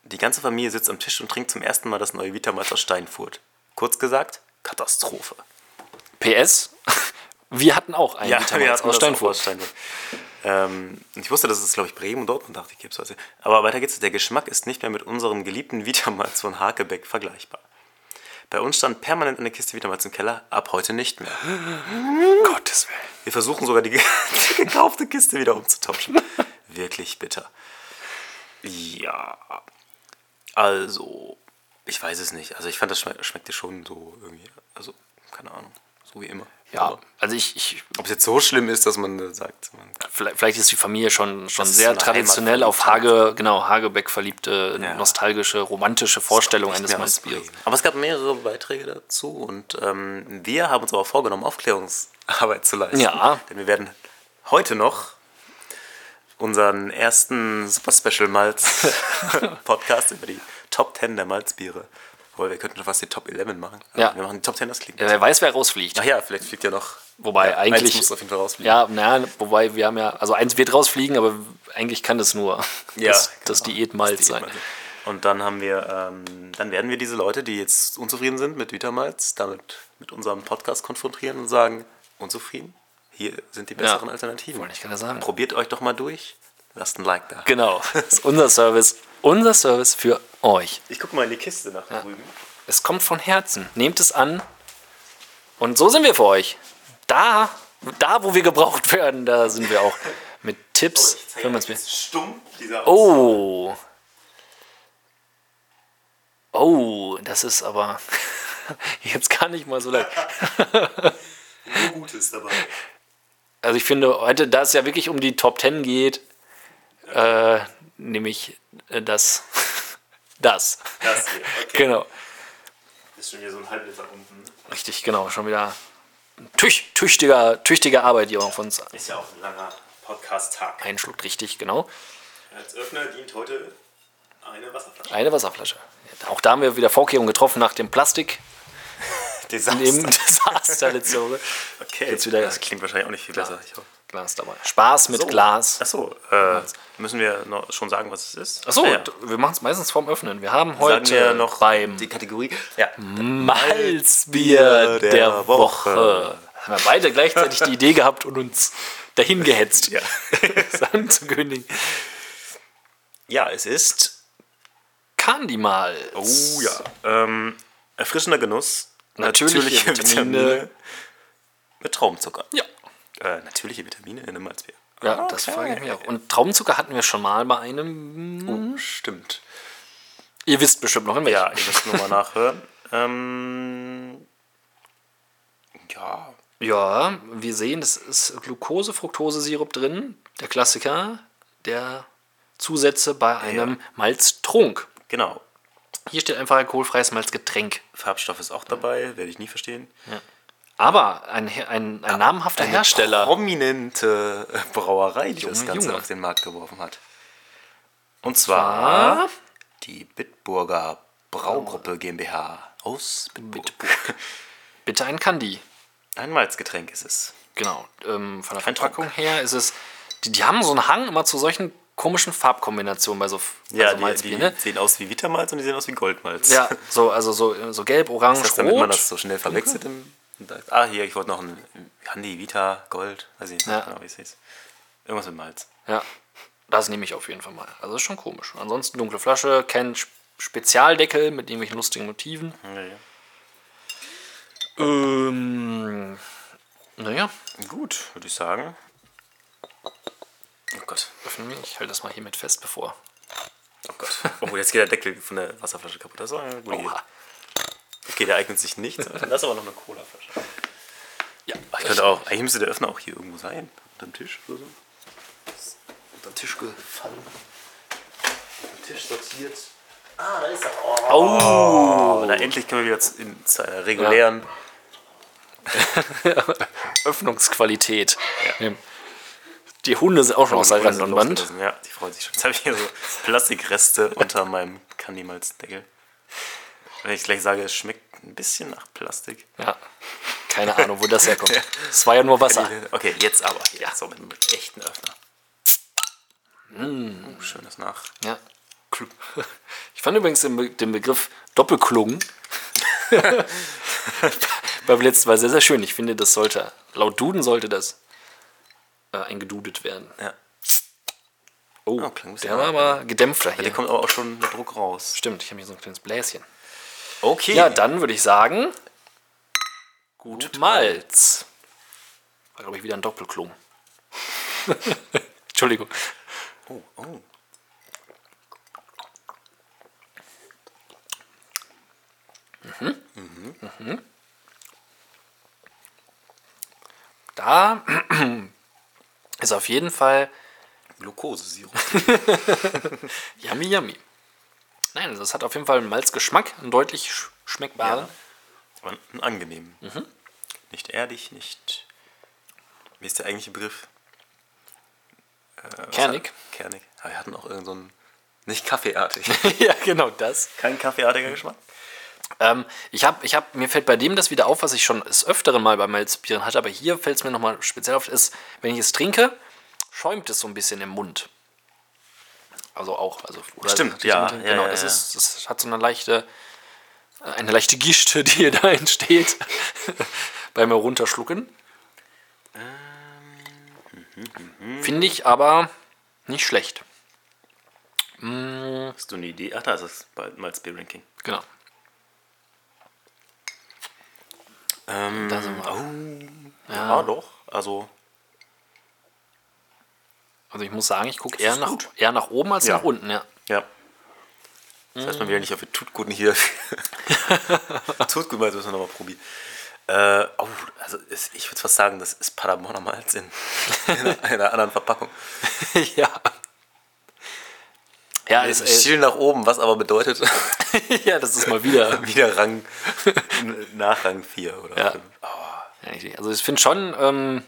Speaker 4: Die ganze Familie sitzt am Tisch und trinkt zum ersten Mal das neue Vitamalz aus Steinfurt. Kurz gesagt, Katastrophe.
Speaker 3: PS, wir hatten auch einen Gitarren
Speaker 4: wir
Speaker 3: aus
Speaker 4: hatten das auch
Speaker 3: Steinfurt.
Speaker 4: aus Steinfurt. Ähm, und ich wusste, das ist, glaube ich, Bremen und Dortmund, dachte ich, gibt's also. Aber weiter geht's. Der Geschmack ist nicht mehr mit unserem geliebten Vitamalz von Hakebeck vergleichbar. Bei uns stand permanent eine Kiste Vitamalz im Keller, ab heute nicht mehr.
Speaker 3: Gottes Willen.
Speaker 4: Wir versuchen sogar die, ge- die gekaufte Kiste wieder umzutauschen. Wirklich bitter. Ja. Also, ich weiß es nicht. Also, ich fand, das schme schmeckte schon so irgendwie. Also, keine Ahnung. So wie immer.
Speaker 3: Ja, also ich, ich
Speaker 4: Ob es jetzt so schlimm ist, dass man äh, sagt, man
Speaker 3: vielleicht, vielleicht ist die Familie schon, schon
Speaker 4: ist
Speaker 3: sehr
Speaker 4: so eine
Speaker 3: traditionell
Speaker 4: Heimatverliebtheit.
Speaker 3: auf Hage, genau, Hagebeck verliebte,
Speaker 4: Ja.
Speaker 3: nostalgische, romantische Vorstellung
Speaker 4: Nicht
Speaker 3: eines
Speaker 4: mehr
Speaker 3: Malzbiers.
Speaker 4: ausbringen. Aber es gab mehrere Beiträge dazu und ähm, wir haben uns aber vorgenommen, Aufklärungsarbeit zu leisten.
Speaker 3: Ja.
Speaker 4: Denn wir werden heute noch unseren ersten Super Special Malz Podcast über die Top 10 der Malzbiere. Obwohl, wir könnten schon fast die Top 11 machen. Aber
Speaker 3: Ja.
Speaker 4: Wir machen die Top 10, das klingt.
Speaker 3: Ja, wer weiß, wer rausfliegt.
Speaker 4: Ach ja, vielleicht fliegt ja noch.
Speaker 3: Wobei
Speaker 4: ja,
Speaker 3: eigentlich.
Speaker 4: Eins muss auf jeden Fall rausfliegen.
Speaker 3: ja, naja, wobei wir haben ja, also eins wird rausfliegen, aber eigentlich kann das nur
Speaker 4: Ja,
Speaker 3: das,
Speaker 4: genau.
Speaker 3: das Diätmalz sein.
Speaker 4: Und dann haben wir, ähm, dann werden wir diese Leute, die jetzt unzufrieden sind mit Vitamalz, damit mit unserem Podcast konfrontieren und sagen, unzufrieden? Hier sind die besseren
Speaker 3: Ja.
Speaker 4: Alternativen.
Speaker 3: Wollte ich gerade sagen.
Speaker 4: Probiert euch doch mal durch. Lasst ein Like da.
Speaker 3: Genau, das ist unser Service, unser Service für euch.
Speaker 4: Ich gucke mal in die Kiste nach drüben.
Speaker 3: Es kommt von Herzen. Nehmt es an. Und so sind wir für euch. Da, da wo wir gebraucht werden, da sind wir auch. Mit
Speaker 4: Oh,
Speaker 3: Tipps. wenn man's will.
Speaker 4: stumm, dieser
Speaker 3: Oh. Oh, das ist aber jetzt gar nicht mal so leicht.
Speaker 4: Gutes dabei.
Speaker 3: Also ich finde, heute, da es ja wirklich um die Top 10 geht, äh, nehme ich äh, das. Das.
Speaker 4: Das hier, okay.
Speaker 3: Genau.
Speaker 4: Ist schon wieder so ein Halbliter unten.
Speaker 3: Richtig, genau. Schon wieder tüch, tüchtiger, tüchtige Arbeit hier auf uns
Speaker 4: Ist ja auch ein langer Podcast-Tag.
Speaker 3: einschluckt. Richtig, genau.
Speaker 4: Als Öffner dient heute eine Wasserflasche.
Speaker 3: Eine Wasserflasche. Auch da haben wir wieder Vorkehrungen getroffen nach dem Plastik
Speaker 4: Desaster.
Speaker 3: im Desaster letzte Woche.
Speaker 4: Okay,
Speaker 3: Jetzt wieder-
Speaker 4: das klingt wahrscheinlich auch nicht viel besser. Ich hoffe.
Speaker 3: Glas dabei. Spaß mit Glas.
Speaker 4: Achso, äh, müssen wir noch schon sagen, was es ist? Ah,
Speaker 3: Achso,
Speaker 4: ja.
Speaker 3: wir machen es meistens vorm Öffnen. Wir haben
Speaker 4: Sagen
Speaker 3: heute
Speaker 4: wir noch
Speaker 3: beim Mhm.
Speaker 4: die Kategorie. Ja,
Speaker 3: Malzbier der, Woche. haben wir beide gleichzeitig die Idee gehabt und uns dahin gehetzt. Ja. Sagen zu König.
Speaker 4: Ja, es ist.
Speaker 3: Kandimal.
Speaker 4: Oh ja. Ähm, erfrischender Genuss.
Speaker 3: Natürliche Vitamine.
Speaker 4: Mit Traumzucker.
Speaker 3: Ja.
Speaker 4: Äh, natürliche Vitamine in einem Malzbier.
Speaker 3: Ja, das frage ich mich auch. Und Traumzucker hatten wir schon mal bei einem. hm,
Speaker 4: Oh, Stimmt.
Speaker 3: Ihr wisst bestimmt noch in welchem.
Speaker 4: Ja, ihr müsst nochmal nachhören. Ähm, ja.
Speaker 3: Ja, wir sehen, es ist Glucose, Fructose-Sirup drin. Der Klassiker der Zusätze bei einem Malztrunk.
Speaker 4: Genau.
Speaker 3: Hier steht einfach alkoholfreies Malzgetränk.
Speaker 4: Farbstoff ist auch dabei, werde ich nie verstehen.
Speaker 3: Aber ein, Her- ein, ein namhafter Hersteller.
Speaker 4: Prominente äh, Brauerei, die das
Speaker 3: Junge,
Speaker 4: Ganze
Speaker 3: Junge.
Speaker 4: auf den Markt geworfen hat. Und zwar Oh.
Speaker 3: Ah,
Speaker 4: die Bitburger Braugruppe GmbH aus Bitburg.
Speaker 3: Bitte ein Candy.
Speaker 4: Ein Malzgetränk ist es.
Speaker 3: Genau. Ähm, von der
Speaker 4: Kein
Speaker 3: Verpackung her ist es. Die, die haben so einen Hang immer zu solchen komischen Farbkombinationen bei so, bei so
Speaker 4: die,
Speaker 3: Malzbier,
Speaker 4: Also die
Speaker 3: ne?
Speaker 4: sehen aus wie Vitamalz und die sehen aus wie Goldmalz.
Speaker 3: Ja, so, also so, so gelb, orange,
Speaker 4: Das, damit
Speaker 3: rot.
Speaker 4: man das so schnell verwechselt. Im, und da- ah, hier, ich wollte noch ein Handy, Vita, Gold, weiß ich nicht
Speaker 3: Ja.
Speaker 4: genau, wie es hieß. Irgendwas mit Malz.
Speaker 3: Ja, das nehme ich auf jeden Fall mal. Also ist schon komisch. Ansonsten dunkle Flasche, kein Sp- Spezialdeckel mit irgendwelchen lustigen Motiven. Ähm, naja,
Speaker 4: Gut, würde ich sagen. Oh Gott,
Speaker 3: öffnen wir. Ich halte das mal hiermit fest, bevor.
Speaker 4: oh Gott. Oh, jetzt geht der Deckel von der Wasserflasche kaputt. Das war eine gute Idee.
Speaker 3: Oha.
Speaker 4: Okay, der eignet sich nicht. Das ist aber noch eine Cola-Flasche.
Speaker 3: Ja,
Speaker 4: Ich könnte auch, eigentlich müsste der Öffner auch hier irgendwo sein. Unter dem Tisch oder so. Ist Unter den Tisch gefallen. Unter den Tisch sortiert. Ah, da ist er. Oh. Na, endlich können wir wieder zu, in, zu einer regulären.
Speaker 3: Öffnungsqualität. Ja. Die Hunde sind auch schon aus
Speaker 4: Die Hunde
Speaker 3: Rand
Speaker 4: sind
Speaker 3: und Wand.
Speaker 4: losgelassen. Ja, die freuen sich schon. Jetzt habe ich hier so Plastikreste unter meinem Candymalz-Deckel. Wenn ich gleich sage, es schmeckt ein bisschen nach Plastik.
Speaker 3: Ja. Keine Ahnung, wo das herkommt. Es war ja nur Wasser.
Speaker 4: Also, Okay, jetzt aber. Ja, so mit einem echten Öffner. Oh, schönes Nach.
Speaker 3: Ja. Ich fand übrigens den, Be den Begriff Doppelklungen beim letzten Mal sehr, sehr schön. Ich finde, das sollte, laut Duden sollte das äh, eingedudet werden.
Speaker 4: Ja.
Speaker 3: Oh,
Speaker 4: Oh, klang ein bisschen
Speaker 3: der war aber gedämpfter hier.
Speaker 4: Hier kommt aber auch schon der Druck raus.
Speaker 3: Stimmt, ich habe hier so ein kleines Bläschen.
Speaker 4: Okay.
Speaker 3: Ja, dann würde ich sagen, gut Malz. War, glaube ich, wieder ein Doppelklung. Entschuldigung.
Speaker 4: Oh, oh.
Speaker 3: Mhm. Da ist auf jeden Fall
Speaker 4: Glukosesirup.
Speaker 3: Yummy, yummy. Nein, also es hat auf jeden Fall einen Malzgeschmack, einen deutlich sch- schmeckbaren.
Speaker 4: Aber einen angenehmen. Nicht erdig, nicht. Wie ist der eigentliche Begriff? äh,
Speaker 3: Kernig.
Speaker 4: Kernig. Aber wir hatten auch irgendeinen. So einen- nicht kaffeeartig.
Speaker 3: ja, genau das.
Speaker 4: Kein kaffeeartiger Geschmack.
Speaker 3: Ähm, ich hab, ich hab, mir fällt bei dem das wieder auf, was ich schon des Öfteren mal bei Malzbieren hatte, aber hier fällt es mir nochmal speziell auf, ist, wenn ich es trinke, schäumt es so ein bisschen im Mund. Also auch, also oder
Speaker 4: Stimmt, ja,
Speaker 3: genau,
Speaker 4: ja, ja,
Speaker 3: das,
Speaker 4: ja.
Speaker 3: ist, das hat so eine leichte, äh, eine leichte Gischte, die hier da entsteht beim Herunterschlucken.
Speaker 4: Ähm, mhm,
Speaker 3: Finde ich aber nicht schlecht.
Speaker 4: Hast du eine Idee? Ach, da ist es bald mal Beer Ranking.
Speaker 3: Genau. da sind wir.
Speaker 4: Ja. Ah, doch. Also,
Speaker 3: Also ich muss sagen, ich gucke eher nach, eher nach oben als
Speaker 4: Ja.
Speaker 3: nach unten, ja.
Speaker 4: ja. Mhm. Das heißt, man will ja nicht auf die Tutguten hier. Tutgut mal, müssen wir nochmal probieren. Äh, oh, also ist, ich würde fast sagen, das ist Paderborner Malz in, in einer anderen Verpackung.
Speaker 3: ja. Ja,
Speaker 4: Es
Speaker 3: es,
Speaker 4: ist
Speaker 3: äh,
Speaker 4: viel nach oben, was aber bedeutet,
Speaker 3: ja, das ist mal wieder.
Speaker 4: wieder Rang, nach Rang 4 oder
Speaker 3: Ja.
Speaker 4: fünf.
Speaker 3: Ja, ich- Also ich finde schon, ähm,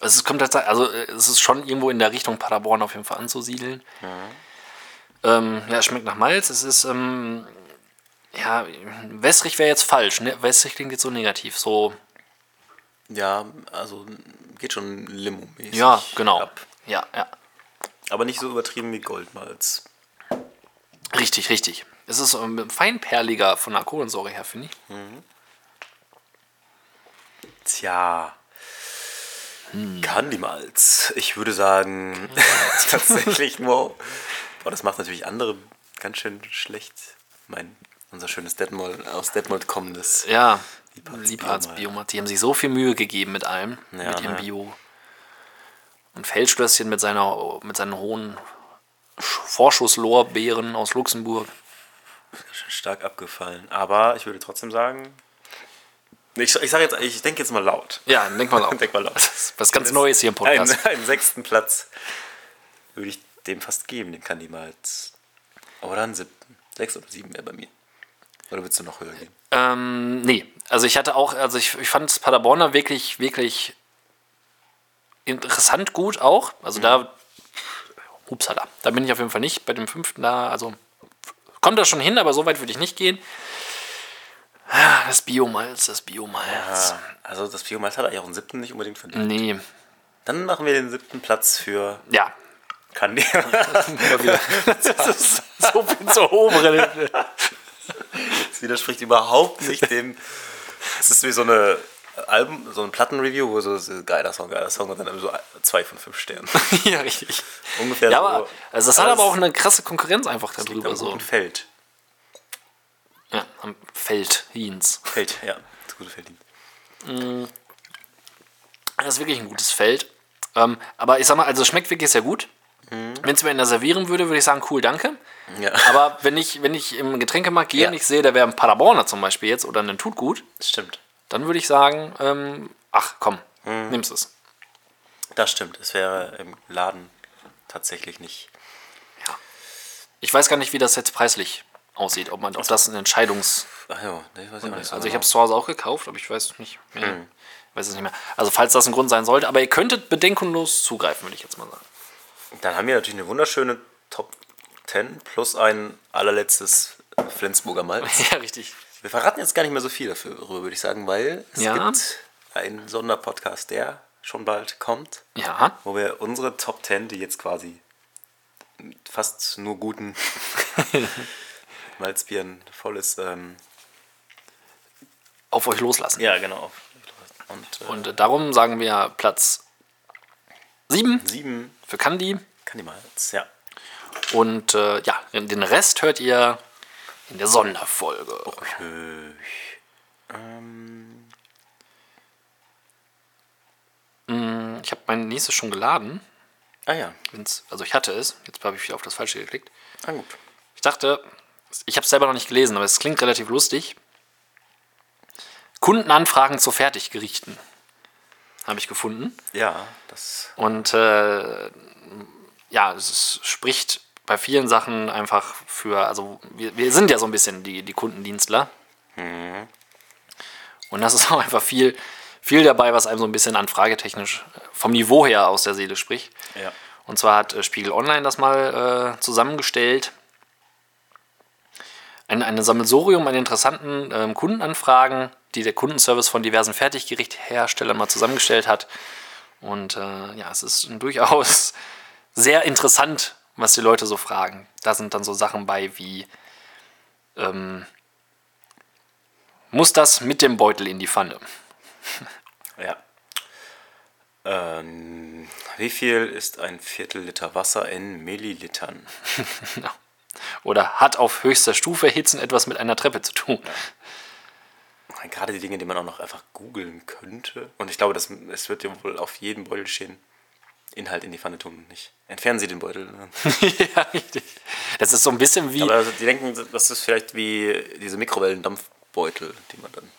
Speaker 3: es ist- kommt halt, also äh, es ist schon irgendwo in der Richtung Paderborn auf jeden Fall anzusiedeln. Ähm, ja, es schmeckt nach Malz. Es ist, ähm, ja, wässrig wäre jetzt falsch. Ne? Wässrig klingt jetzt so negativ. So,
Speaker 4: Ja, also geht schon Limo-mäßig.
Speaker 3: ja, genau.
Speaker 4: ab.
Speaker 3: Ja, ja.
Speaker 4: Aber nicht so übertrieben wie Goldmalz.
Speaker 3: Richtig, richtig. Es ist ähm, feinperliger von der Kohlensäure her, finde ich.
Speaker 4: Tja. Hm. Kann niemals. Ich würde sagen, tatsächlich nur. Boah, das macht natürlich andere ganz schön schlecht. Mein, unser schönes Detmold, aus Detmold kommendes.
Speaker 3: Ja,
Speaker 4: Liebharz
Speaker 3: Liebharz
Speaker 4: Biomarkt.
Speaker 3: Biomarkt. Die haben sich so viel Mühe gegeben mit allem,
Speaker 4: Ja,
Speaker 3: mit ihrem
Speaker 4: ne?
Speaker 3: Bio. Und Feldstößchen mit, seiner, mit seinen hohen Sch- Vorschusslorbeeren aus Luxemburg.
Speaker 4: Schon stark abgefallen. Aber ich würde trotzdem sagen. Ich, ich, sag jetzt, ich denke jetzt mal laut.
Speaker 3: Ja, denk mal auf.
Speaker 4: Denk mal laut.
Speaker 3: Was ganz Neues hier im Podcast.
Speaker 4: Einen, einen sechsten Platz würde ich dem fast geben, dem kann die mal. jetzt- Oder einen siebten. Sechs oder sieben wäre bei mir. Oder willst du noch höher gehen?
Speaker 3: Ähm, nee, also ich hatte auch, also ich, ich fand Paderborner wirklich, wirklich interessant gut auch. Also
Speaker 4: Mhm.
Speaker 3: da, upsala, da bin ich auf jeden Fall nicht bei dem fünften da. Also kommt da schon hin, aber so weit würde ich nicht gehen. Ah, Das Biomalz, das Biomalz.
Speaker 4: Ah, also das Biomalz hat eigentlich auch einen siebten nicht unbedingt verdient.
Speaker 3: Nee, Mhm.
Speaker 4: Dann machen wir den siebten Platz für
Speaker 3: ja.
Speaker 4: Kandi.
Speaker 3: Immer wieder.
Speaker 4: das ist,
Speaker 3: so bin zur oberen Hälfte.
Speaker 4: das widerspricht überhaupt nicht dem. Es ist wie so eine Album, so ein Plattenreview, wo so, so geiler Song, geiler Song und dann so zwei von fünf Sternen.
Speaker 3: ja, richtig.
Speaker 4: Ungefähr
Speaker 3: Ja,
Speaker 4: so.
Speaker 3: aber also das hat
Speaker 4: Aber
Speaker 3: aber
Speaker 4: es-
Speaker 3: auch eine krasse Konkurrenz einfach
Speaker 4: Liegt am
Speaker 3: darüber. So.
Speaker 4: guten Feld.
Speaker 3: Ja, am Feld, Hins.
Speaker 4: Feld, ja. Das gute Feld.
Speaker 3: Das ist wirklich ein gutes Feld. Ähm, aber ich sag mal, also es schmeckt wirklich sehr gut. Wenn es mir einer servieren würde, würde ich sagen, cool, danke.
Speaker 4: Mhm. Ja.
Speaker 3: Aber wenn ich, wenn ich im Getränkemarkt gehe
Speaker 4: Ja.
Speaker 3: und ich sehe, da wäre ein Paderborner zum Beispiel jetzt oder ein Tutgut,
Speaker 4: Das stimmt.
Speaker 3: dann würde ich sagen, ähm, ach komm,
Speaker 4: Mhm.
Speaker 3: nimmst es.
Speaker 4: Das stimmt. Es wäre im Laden tatsächlich nicht.
Speaker 3: Ich weiß gar nicht, wie das jetzt preislich aussieht, ob, man, ob das ein Entscheidungs...
Speaker 4: Ach ja, nee, weiß ich auch nicht. Mhm. so
Speaker 3: Also ich
Speaker 4: genau.
Speaker 3: habe es zu Hause auch gekauft, aber ich weiß nicht mehr. Weiß es nicht mehr. Also falls das ein Grund sein sollte, aber ihr könntet bedenkenlos zugreifen, würde ich jetzt mal sagen.
Speaker 4: Dann haben wir natürlich eine wunderschöne Top 10 plus ein allerletztes Flensburger Malz.
Speaker 3: ja, richtig.
Speaker 4: Wir verraten jetzt gar nicht mehr so viel dafür, würde ich sagen, weil es
Speaker 3: Ja.
Speaker 4: gibt einen Sonderpodcast, der schon bald kommt,
Speaker 3: Ja,
Speaker 4: wo wir unsere Top 10, die jetzt quasi fast nur guten Malzbieren voll ist, ähm,
Speaker 3: auf euch loslassen.
Speaker 4: Ja, genau. Und, äh,
Speaker 3: Und äh, darum sagen wir Platz 7
Speaker 4: sieben
Speaker 3: für Candy.
Speaker 4: kann die mal jetzt, ja.
Speaker 3: Und äh, ja, den Rest hört ihr in der Sonderfolge. Hm,
Speaker 4: Ähm,
Speaker 3: Ich habe mein nächstes schon geladen.
Speaker 4: ah ja,
Speaker 3: Wenn's, also ich hatte es. Jetzt habe ich wieder auf das Falsche geklickt.
Speaker 4: ah gut.
Speaker 3: Ich dachte, ich habe es selber noch nicht gelesen, aber es klingt relativ lustig. Kundenanfragen zu Fertiggerichten habe ich gefunden.
Speaker 4: Ja, das
Speaker 3: Und äh, ja, es ist, spricht bei vielen Sachen einfach für, also wir, wir sind ja so ein bisschen die, die Kundendienstler. Und das ist auch einfach viel, viel dabei, was einem so ein bisschen an fragetechnisch äh, vom Niveau her aus der Seele spricht.
Speaker 4: ja.
Speaker 3: Und zwar hat äh, Spiegel Online das mal äh, zusammengestellt. Ein, ein Sammelsorium an interessanten ähm, Kundenanfragen, die der Kundenservice von diversen Fertiggerichtherstellern mal zusammengestellt hat. Und äh, ja, es ist durchaus sehr interessant, was die Leute so fragen. Da sind dann so Sachen bei wie, ähm, muss das mit dem Beutel in die Pfanne?
Speaker 4: ja. Ähm, wie viel ist ein Viertel Liter Wasser in Millilitern?
Speaker 3: Oder hat auf höchster Stufe Hitzen etwas mit einer Treppe zu tun?
Speaker 4: Gerade die Dinge, die man auch noch einfach googeln könnte. Und ich glaube, das, es wird ja wohl auf jedem Beutel stehen. Inhalt in die Pfanne tun, nicht. Entfernen Sie den Beutel. ne?
Speaker 3: ja, richtig. Das ist so ein bisschen wie.
Speaker 4: Aber also, die denken, das ist vielleicht wie diese Mikrowellen-Dampfbeutel, die man dann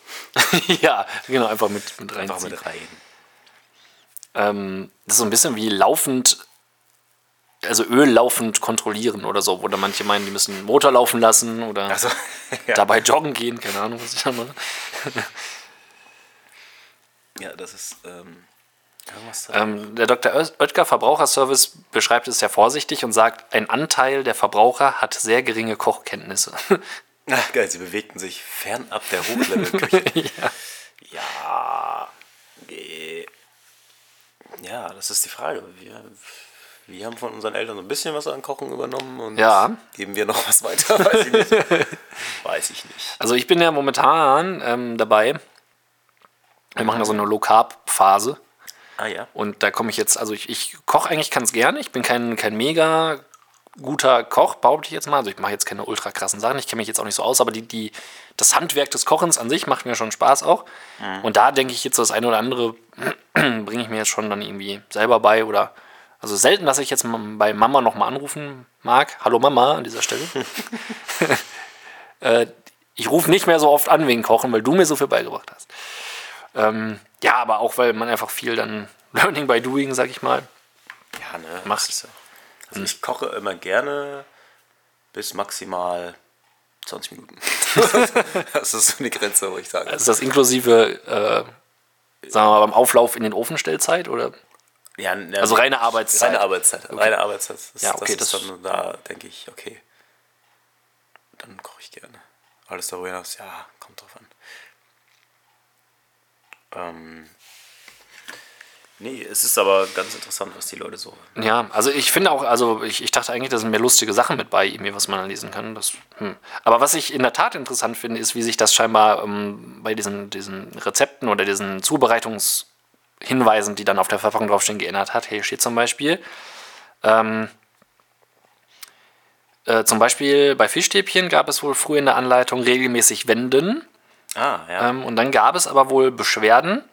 Speaker 3: ja, genau, einfach mit, mit
Speaker 4: einfach
Speaker 3: reinziehen.
Speaker 4: mit rein.
Speaker 3: Ähm, das ist so ein bisschen wie laufend, also Öl laufend kontrollieren oder so, wo da manche meinen, die müssen den Motor laufen lassen oder
Speaker 4: Also, ja.
Speaker 3: dabei joggen gehen, keine Ahnung, was ich da mache.
Speaker 4: Ja, das ist. Ähm, irgendwas da.
Speaker 3: Ähm, der Dr. Öz- Oetker Verbraucherservice beschreibt es sehr vorsichtig und sagt, ein Anteil der Verbraucher hat sehr geringe Kochkenntnisse.
Speaker 4: Ach, geil, sie bewegten sich fernab der Hochlevelküche. ja. Ja. äh, Ja, das ist die Frage. Wir, wir haben von unseren Eltern so ein bisschen was an Kochen übernommen und
Speaker 3: Ja.
Speaker 4: geben wir noch was weiter? Weiß ich nicht. Weiß ich nicht.
Speaker 3: Also ich bin ja momentan ähm, dabei, Wir machen da so eine Low-Carb-Phase.
Speaker 4: Ah ja.
Speaker 3: Und da komme ich jetzt, also ich, ich koche eigentlich ganz gerne. Ich bin kein, kein mega guter Koch, behaupte ich jetzt mal. Also ich mache jetzt keine ultra krassen Sachen. Ich kenne mich jetzt auch nicht so aus, aber die, die, das Handwerk des Kochens an sich macht mir schon Spaß auch. Und da denke ich jetzt, das eine oder andere bringe ich mir jetzt schon dann irgendwie selber bei oder. Also selten, dass ich jetzt m- bei Mama nochmal anrufen mag. Hallo Mama an dieser Stelle. äh, ich rufe nicht mehr so oft an wegen Kochen, weil du mir so viel beigebracht hast. Ähm, ja, aber auch, weil man einfach viel dann Learning by Doing, sag ich mal.
Speaker 4: Ja, ne?
Speaker 3: Macht.
Speaker 4: Das ist ja- Also ich koche immer gerne bis maximal 20 Minuten.
Speaker 5: Das ist so eine Grenze, wo ich sage.
Speaker 3: Ist Also das inklusive, äh, sagen wir mal, beim Auflauf in den Ofenstellzeit? Oder?
Speaker 4: Ja, ne,
Speaker 3: Also reine Arbeitszeit.
Speaker 4: Reine Arbeitszeit. Reine Arbeitszeit. Das,
Speaker 3: Ja, okay,
Speaker 4: das ist
Speaker 3: das-
Speaker 4: dann, da denke ich, okay, dann koche ich gerne. Alles darüber hinaus, ja, kommt drauf an. Ähm, nee, es ist aber ganz interessant, was die Leute so.
Speaker 3: Ja, also ich finde auch, also ich, ich dachte eigentlich, da sind mehr lustige Sachen mit bei irgendwie, was man da lesen kann. Das, hm. Aber was ich in der Tat interessant finde, ist, wie sich das scheinbar ähm, bei diesen, diesen Rezepten oder diesen Zubereitungshinweisen, die dann auf der Verpackung draufstehen, geändert hat. Hier steht zum Beispiel, ähm, äh, zum Beispiel bei Fischstäbchen gab es wohl früher in der Anleitung regelmäßig wenden.
Speaker 4: Ah, ja.
Speaker 3: Ähm, und dann gab es aber wohl Beschwerden,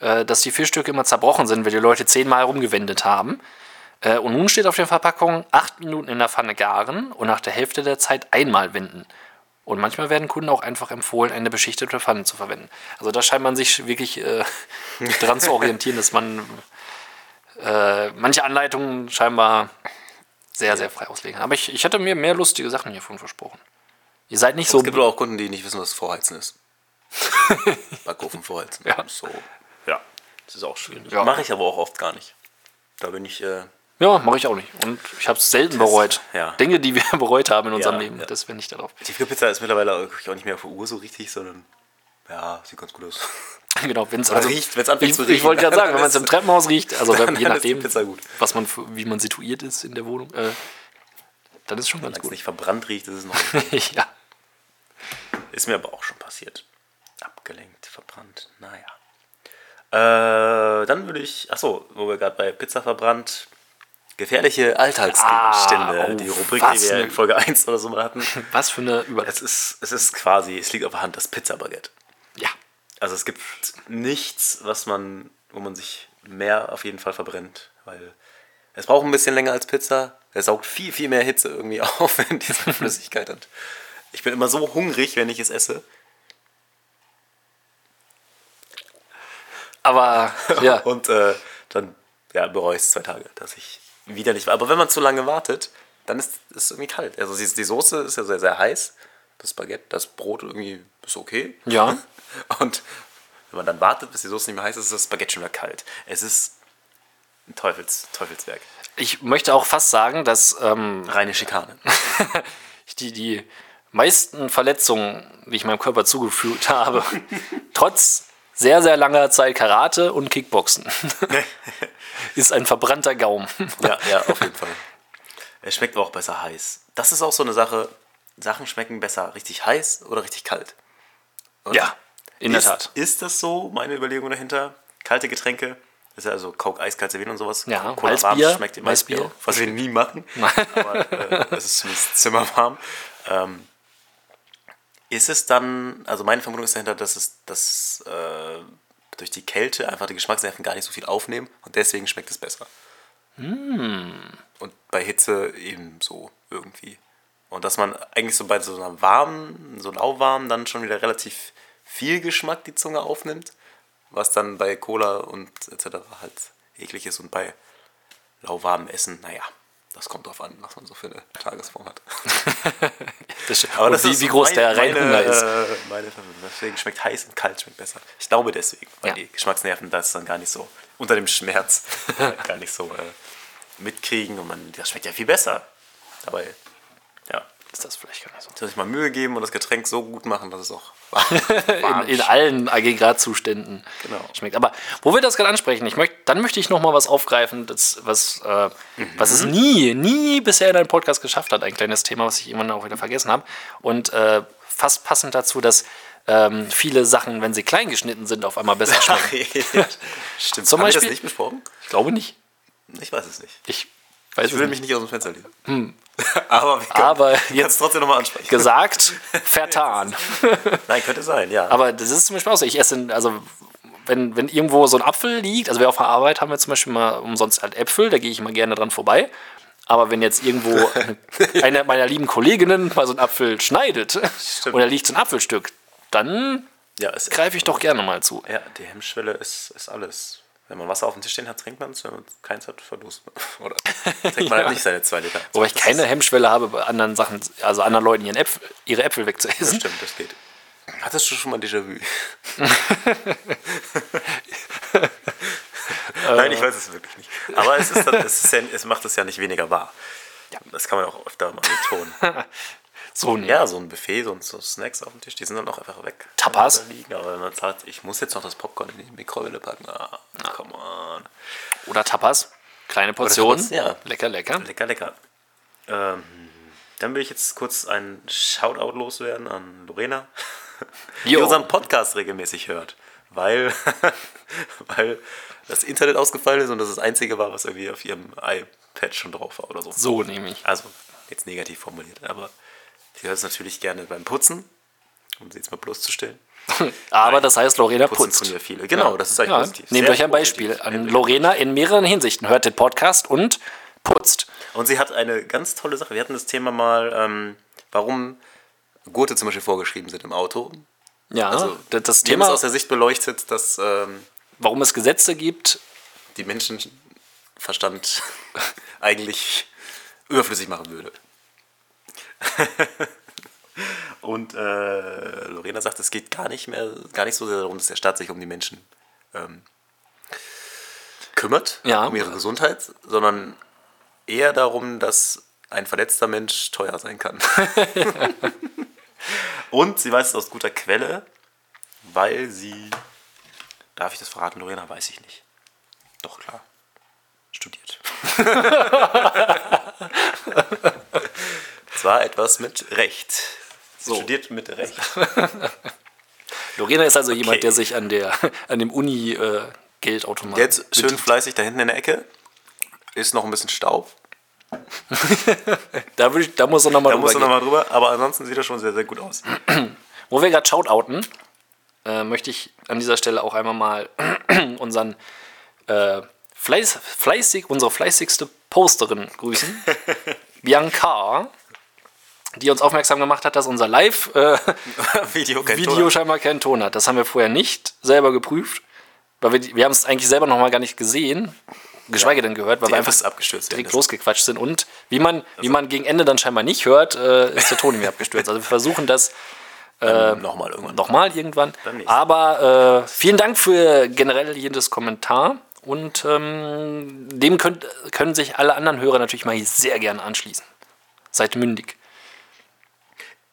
Speaker 3: äh, dass die Fischstücke immer zerbrochen sind, weil die Leute zehnmal rumgewendet haben. Äh, und nun steht auf der Verpackung acht Minuten in der Pfanne garen und nach der Hälfte der Zeit einmal wenden. Und manchmal werden Kunden auch einfach empfohlen, eine beschichtete Pfanne zu verwenden. Also da scheint man sich wirklich äh, dran zu orientieren, dass man äh, manche Anleitungen scheinbar sehr, sehr frei auslegen. Aber ich, ich hätte mir mehr lustige Sachen hiervon versprochen. Ihr seid nicht so
Speaker 5: Es gibt aber auch Kunden, die nicht wissen, was Vorheizen ist. Backofen vorheizen.
Speaker 3: Ja.
Speaker 5: So.
Speaker 4: ja, das ist auch schön.
Speaker 3: Ja.
Speaker 4: Mache ich aber auch oft gar nicht. Da bin ich. Äh,
Speaker 3: Ja, mache ich auch nicht. Und ich habe es selten bereut.
Speaker 4: ja.
Speaker 3: Dinge, die wir bereut haben in unserem
Speaker 4: Ja,
Speaker 3: Leben,
Speaker 4: ja.
Speaker 3: das wäre nicht darauf.
Speaker 4: Tiefkühlpizza ist mittlerweile auch auch nicht mehr auf der Uhr so richtig, sondern. Ja, sieht ganz gut aus.
Speaker 3: genau, wenn es
Speaker 4: Oder riecht, wenn's anfängt
Speaker 3: ich,
Speaker 4: zu riechen.
Speaker 3: Ich wollte gerade sagen, wenn man es im Treppenhaus riecht, also wenn, je
Speaker 4: Dann ist die
Speaker 3: nachdem,
Speaker 4: Pizza gut.
Speaker 3: was man, für- wie man situiert ist in der Wohnung, äh, dann ist schon ganz
Speaker 4: Wenn es
Speaker 3: gut.
Speaker 4: nicht verbrannt riecht, ist es noch. okay.
Speaker 3: ja.
Speaker 4: Ist mir aber auch schon passiert. Abgelenkt, verbrannt, naja. Äh, dann würde ich, achso, wo wir gerade bei Pizza verbrannt, gefährliche Alltagsgegenstände,
Speaker 3: Ah, oh,
Speaker 4: die Rubrik,
Speaker 3: was
Speaker 4: die wir
Speaker 3: ne-
Speaker 4: in Folge 1 oder so mal hatten.
Speaker 3: Was für eine
Speaker 4: es,
Speaker 3: Überleitung.
Speaker 4: ist, es ist quasi, es liegt auf der Hand, das Pizzabaguette.
Speaker 3: Ja.
Speaker 4: Also es gibt nichts, was man, wo man sich mehr auf jeden Fall verbrennt, weil es braucht ein bisschen länger als Pizza. Es saugt viel, viel mehr Hitze irgendwie auf in dieser Flüssigkeit. Und ich bin immer so hungrig, wenn ich es esse.
Speaker 3: Aber ja,
Speaker 4: Und äh, dann ja, bereue ich es zwei Tage, dass ich wieder nicht war. Aber wenn man zu lange wartet, dann ist es irgendwie kalt. Also die, die Soße ist ja sehr, sehr heiß. Das Baguette, das Brot irgendwie ist okay.
Speaker 3: ja.
Speaker 4: Und wenn man dann wartet, bis die Soße nicht mehr heiß ist, ist das Baguette schon wieder kalt. Es ist ein Teufels, Teufelswerk.
Speaker 3: Ich möchte auch fast sagen, dass ähm,
Speaker 4: Reine Schikane.
Speaker 3: die, die meisten Verletzungen, die ich meinem Körper zugefügt habe, trotz sehr, sehr langer Zeit Karate und Kickboxen, ist ein verbrannter Gaumen.
Speaker 4: ja, ja, auf jeden Fall. Es schmeckt aber auch besser heiß. Das ist auch so eine Sache. Sachen schmecken besser richtig heiß oder richtig kalt. Und
Speaker 3: Ja, in der
Speaker 4: ist,
Speaker 3: Tat.
Speaker 4: Ist das so? Meine Überlegung dahinter. Kalte Getränke, ist ja also Coke, eiskalte Vino und sowas.
Speaker 3: Ja,
Speaker 4: Cola warm
Speaker 3: Malzbier,
Speaker 4: schmeckt immer
Speaker 3: Malzbier.
Speaker 4: Malzbier, was wir nie machen. aber äh, es ist zumindest zimmerwarm. Ähm, ist es dann, also meine Vermutung ist dahinter, dass es dass, äh, durch die Kälte einfach die Geschmacksnerven gar nicht so viel aufnehmen und deswegen schmeckt es besser.
Speaker 3: Hm.
Speaker 4: Und bei Hitze ebenso irgendwie. Und dass man eigentlich so bei so einer warmen, so lauwarmen dann schon wieder relativ viel Geschmack die Zunge aufnimmt, was dann bei Cola und etc. halt eklig ist und bei lauwarmem Essen, naja, das kommt drauf an, was man so für eine Tagesform hat.
Speaker 3: Das, und wie, wie groß
Speaker 4: mein-
Speaker 3: der Reinhunger
Speaker 4: meine,
Speaker 3: ist.
Speaker 4: äh, Meine, Vermutung. deswegen schmeckt heiß und kalt schmeckt besser. Ich glaube deswegen, weil
Speaker 3: Ja.
Speaker 4: die Geschmacksnerven das dann gar nicht so unter dem Schmerz gar nicht so äh, mitkriegen und man, das schmeckt ja viel besser. Dabei, ja,
Speaker 3: Ist das vielleicht gar nicht so.
Speaker 4: soll ich mal Mühe geben und das Getränk so gut machen, dass es auch
Speaker 3: In, in allen Aggregatzuständen
Speaker 4: Genau.
Speaker 3: schmeckt. Aber wo wir das gerade ansprechen, ich möcht, dann möchte ich noch mal was aufgreifen, das, was, äh, was es nie, nie bisher in einem Podcast geschafft hat. Ein kleines Thema, was ich immer noch wieder vergessen habe. Und äh, fast passend dazu, dass ähm, viele Sachen, wenn sie klein geschnitten sind, auf einmal besser schmecken.
Speaker 4: Stimmt.
Speaker 3: Zum
Speaker 4: Haben wir das
Speaker 3: Beispiel-
Speaker 4: nicht besprochen?
Speaker 3: Ich glaube nicht.
Speaker 4: Ich weiß es nicht.
Speaker 3: Ich weiß
Speaker 4: Ich
Speaker 3: es
Speaker 4: will
Speaker 3: nicht.
Speaker 4: mich
Speaker 3: Hm.
Speaker 4: nicht aus dem Fenster lehnen. Aber wir können
Speaker 3: Aber
Speaker 4: es
Speaker 3: jetzt
Speaker 4: trotzdem nochmal ansprechen.
Speaker 3: gesagt, vertan.
Speaker 4: Nein, könnte sein, ja.
Speaker 3: Aber das ist zum Beispiel auch so. Ich esse, also wenn, wenn irgendwo so ein Apfel liegt, also wir auf der Arbeit haben wir zum Beispiel mal umsonst halt Äpfel, da gehe ich immer gerne dran vorbei. Aber wenn jetzt irgendwo eine meiner lieben Kolleginnen mal so einen Apfel schneidet und da liegt so ein Apfelstück, dann
Speaker 4: ja, es
Speaker 3: greife ich doch gerne mal zu.
Speaker 4: Ja, die Hemmschwelle ist, ist alles. Wenn man Wasser auf dem Tisch stehen hat, trinkt man es. Wenn man keins hat, verdurst man. Oder trinkt man
Speaker 3: Ja.
Speaker 4: halt nicht seine zwei Liter.
Speaker 3: Wobei ich
Speaker 4: Das
Speaker 3: keine
Speaker 4: ist-
Speaker 3: Hemmschwelle habe, bei anderen Sachen, also anderen Leuten ihren Äpfel, ihre Äpfel wegzuessen.
Speaker 4: Stimmt, das geht. Hattest du schon mal Déjà-vu?
Speaker 3: Äh.
Speaker 4: Nein, ich weiß es wirklich nicht. Aber es, ist, es, ist ja, es macht es ja nicht weniger wahr. Das kann man auch öfter mal betonen.
Speaker 3: So, ein-
Speaker 4: Ja, so ein Buffet, so, so Snacks auf dem Tisch, die sind dann auch einfach weg. Wenn
Speaker 3: Tapas?
Speaker 4: sie da Liegen. Aber wenn man sagt, ich muss jetzt noch das Popcorn in die Mikrowelle packen, ah, come on.
Speaker 3: Oder Tapas. Kleine Portionen.
Speaker 4: Tapas, ja.
Speaker 3: Lecker, lecker.
Speaker 4: Lecker, lecker. Ähm, dann will ich jetzt kurz einen Shoutout loswerden an Lorena, die
Speaker 3: Jo.
Speaker 4: unseren Podcast regelmäßig hört, weil, weil das Internet ausgefallen ist und das das Einzige war, was irgendwie auf ihrem iPad schon drauf war oder so.
Speaker 3: So nehme ich.
Speaker 4: Also, jetzt negativ formuliert, aber sie hört es natürlich gerne beim Putzen, um sie jetzt mal bloßzustellen.
Speaker 3: Aber das heißt, Lorena putzt.
Speaker 4: tun ja viele. Genau, das ist eigentlich
Speaker 3: ja.
Speaker 4: positiv.
Speaker 3: Nehmt
Speaker 4: Sehr
Speaker 3: euch ein
Speaker 4: positiv.
Speaker 3: Beispiel an
Speaker 4: Nehmt euch-
Speaker 3: Lorena in mehreren Hinsichten. Hört den Podcast und putzt.
Speaker 4: Und sie hat eine ganz tolle Sache. Wir hatten das Thema mal, ähm, warum Gurte zum Beispiel vorgeschrieben sind im Auto.
Speaker 3: Ja,
Speaker 4: Also
Speaker 3: d-
Speaker 4: Wir
Speaker 3: Ah, das
Speaker 4: haben es
Speaker 3: Thema,
Speaker 4: aus der Sicht beleuchtet, dass ähm,
Speaker 3: warum es Gesetze gibt,
Speaker 4: die Menschenverstand eigentlich überflüssig machen würde. Und äh, Lorena sagt, es geht gar nicht mehr, gar nicht so sehr darum, dass der Staat sich um die Menschen ähm, kümmert,
Speaker 3: Ja.
Speaker 4: um ihre Gesundheit, sondern eher darum, dass ein verletzter Mensch teuer sein kann. Und sie weiß es aus guter Quelle, weil sie. Darf ich das verraten, Lorena? Weiß ich nicht. Doch, klar. Studiert. Zwar etwas mit Recht. Sie
Speaker 3: So.
Speaker 4: Studiert mit Recht.
Speaker 3: Lorena ist also jemand, der sich an, der, an dem Uni äh, Geldautomaten
Speaker 4: Jetzt schön
Speaker 3: bedient.
Speaker 4: fleißig da hinten in der Ecke. Ist noch ein bisschen Staub.
Speaker 3: Da, würd ich, da muss er nochmal
Speaker 4: Da musst
Speaker 3: drüber
Speaker 4: du
Speaker 3: gehen.
Speaker 4: nochmal drüber. Aber ansonsten sieht er schon sehr, sehr gut aus.
Speaker 3: Wo wir gerade Shoutouten, äh, möchte ich an dieser Stelle auch einmal mal unseren äh, fleiß, fleißig, unsere fleißigste Posterin grüßen, Bianca, die uns aufmerksam gemacht hat, dass unser Live äh,
Speaker 4: Video, kein
Speaker 3: Video
Speaker 4: Ton.
Speaker 3: scheinbar keinen Ton hat. Das haben wir vorher nicht selber geprüft, weil wir, die- wir haben es eigentlich selber noch mal gar nicht gesehen, geschweige denn gehört, weil
Speaker 4: Die
Speaker 3: wir
Speaker 4: App
Speaker 3: einfach
Speaker 4: ist abgestürzt.
Speaker 3: direkt
Speaker 4: Dennis. Also-
Speaker 3: losgequatscht sind. Und wie man, wie man gegen Ende dann scheinbar nicht hört, äh, ist der Ton irgendwie abgestürzt. Also wir versuchen das
Speaker 4: Nochmal irgendwann.
Speaker 3: nochmal irgendwann.
Speaker 4: Beim nächsten
Speaker 3: Aber äh, vielen Dank für generell jedes Kommentar. Und ähm, dem könnt, können sich alle anderen Hörer natürlich mal sehr gerne anschließen. Seid mündig.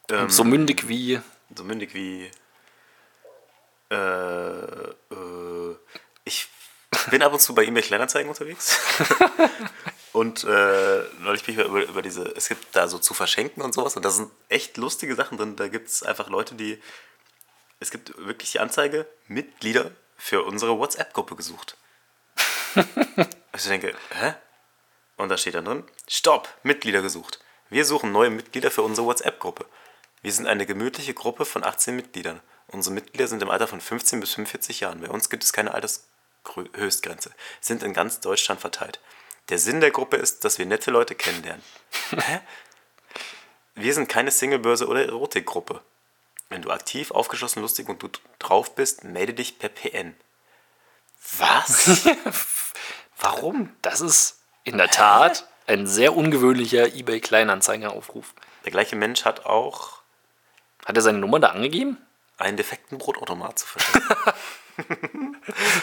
Speaker 4: Ähm,
Speaker 3: so mündig wie.
Speaker 4: so mündig wie. Äh, äh, ich bin ab und zu bei eBay Kleinanzeigen unterwegs. und äh, neulich bin ich über, über diese. Es gibt da so zu verschenken und sowas. Und da sind echt lustige Sachen drin. Da gibt es einfach Leute, die. Es gibt wirklich die Anzeige: Mitglieder für unsere WhatsApp-Gruppe gesucht. also ich denke, hä? Und da steht dann drin: Stopp, Mitglieder gesucht. Wir suchen neue Mitglieder für unsere WhatsApp-Gruppe. Wir sind eine gemütliche Gruppe von 18 Mitgliedern. Unsere Mitglieder sind im Alter von 15 bis 45 Jahren. Bei uns gibt es keine Altershöchstgrenze. Sind in ganz Deutschland verteilt. Der Sinn der Gruppe ist, dass wir nette Leute kennenlernen. Hä? wir sind keine Singlebörse oder Erotikgruppe. Wenn du aktiv, aufgeschlossen, lustig und gut drauf bist, melde dich per PN. Was? Warum?
Speaker 3: Das ist in der Tat ein sehr ungewöhnlicher eBay-Kleinanzeiger-Aufruf.
Speaker 4: Der gleiche Mensch hat auch
Speaker 3: Hat er seine Nummer da angegeben?
Speaker 4: einen defekten Brotautomat zu verschenken.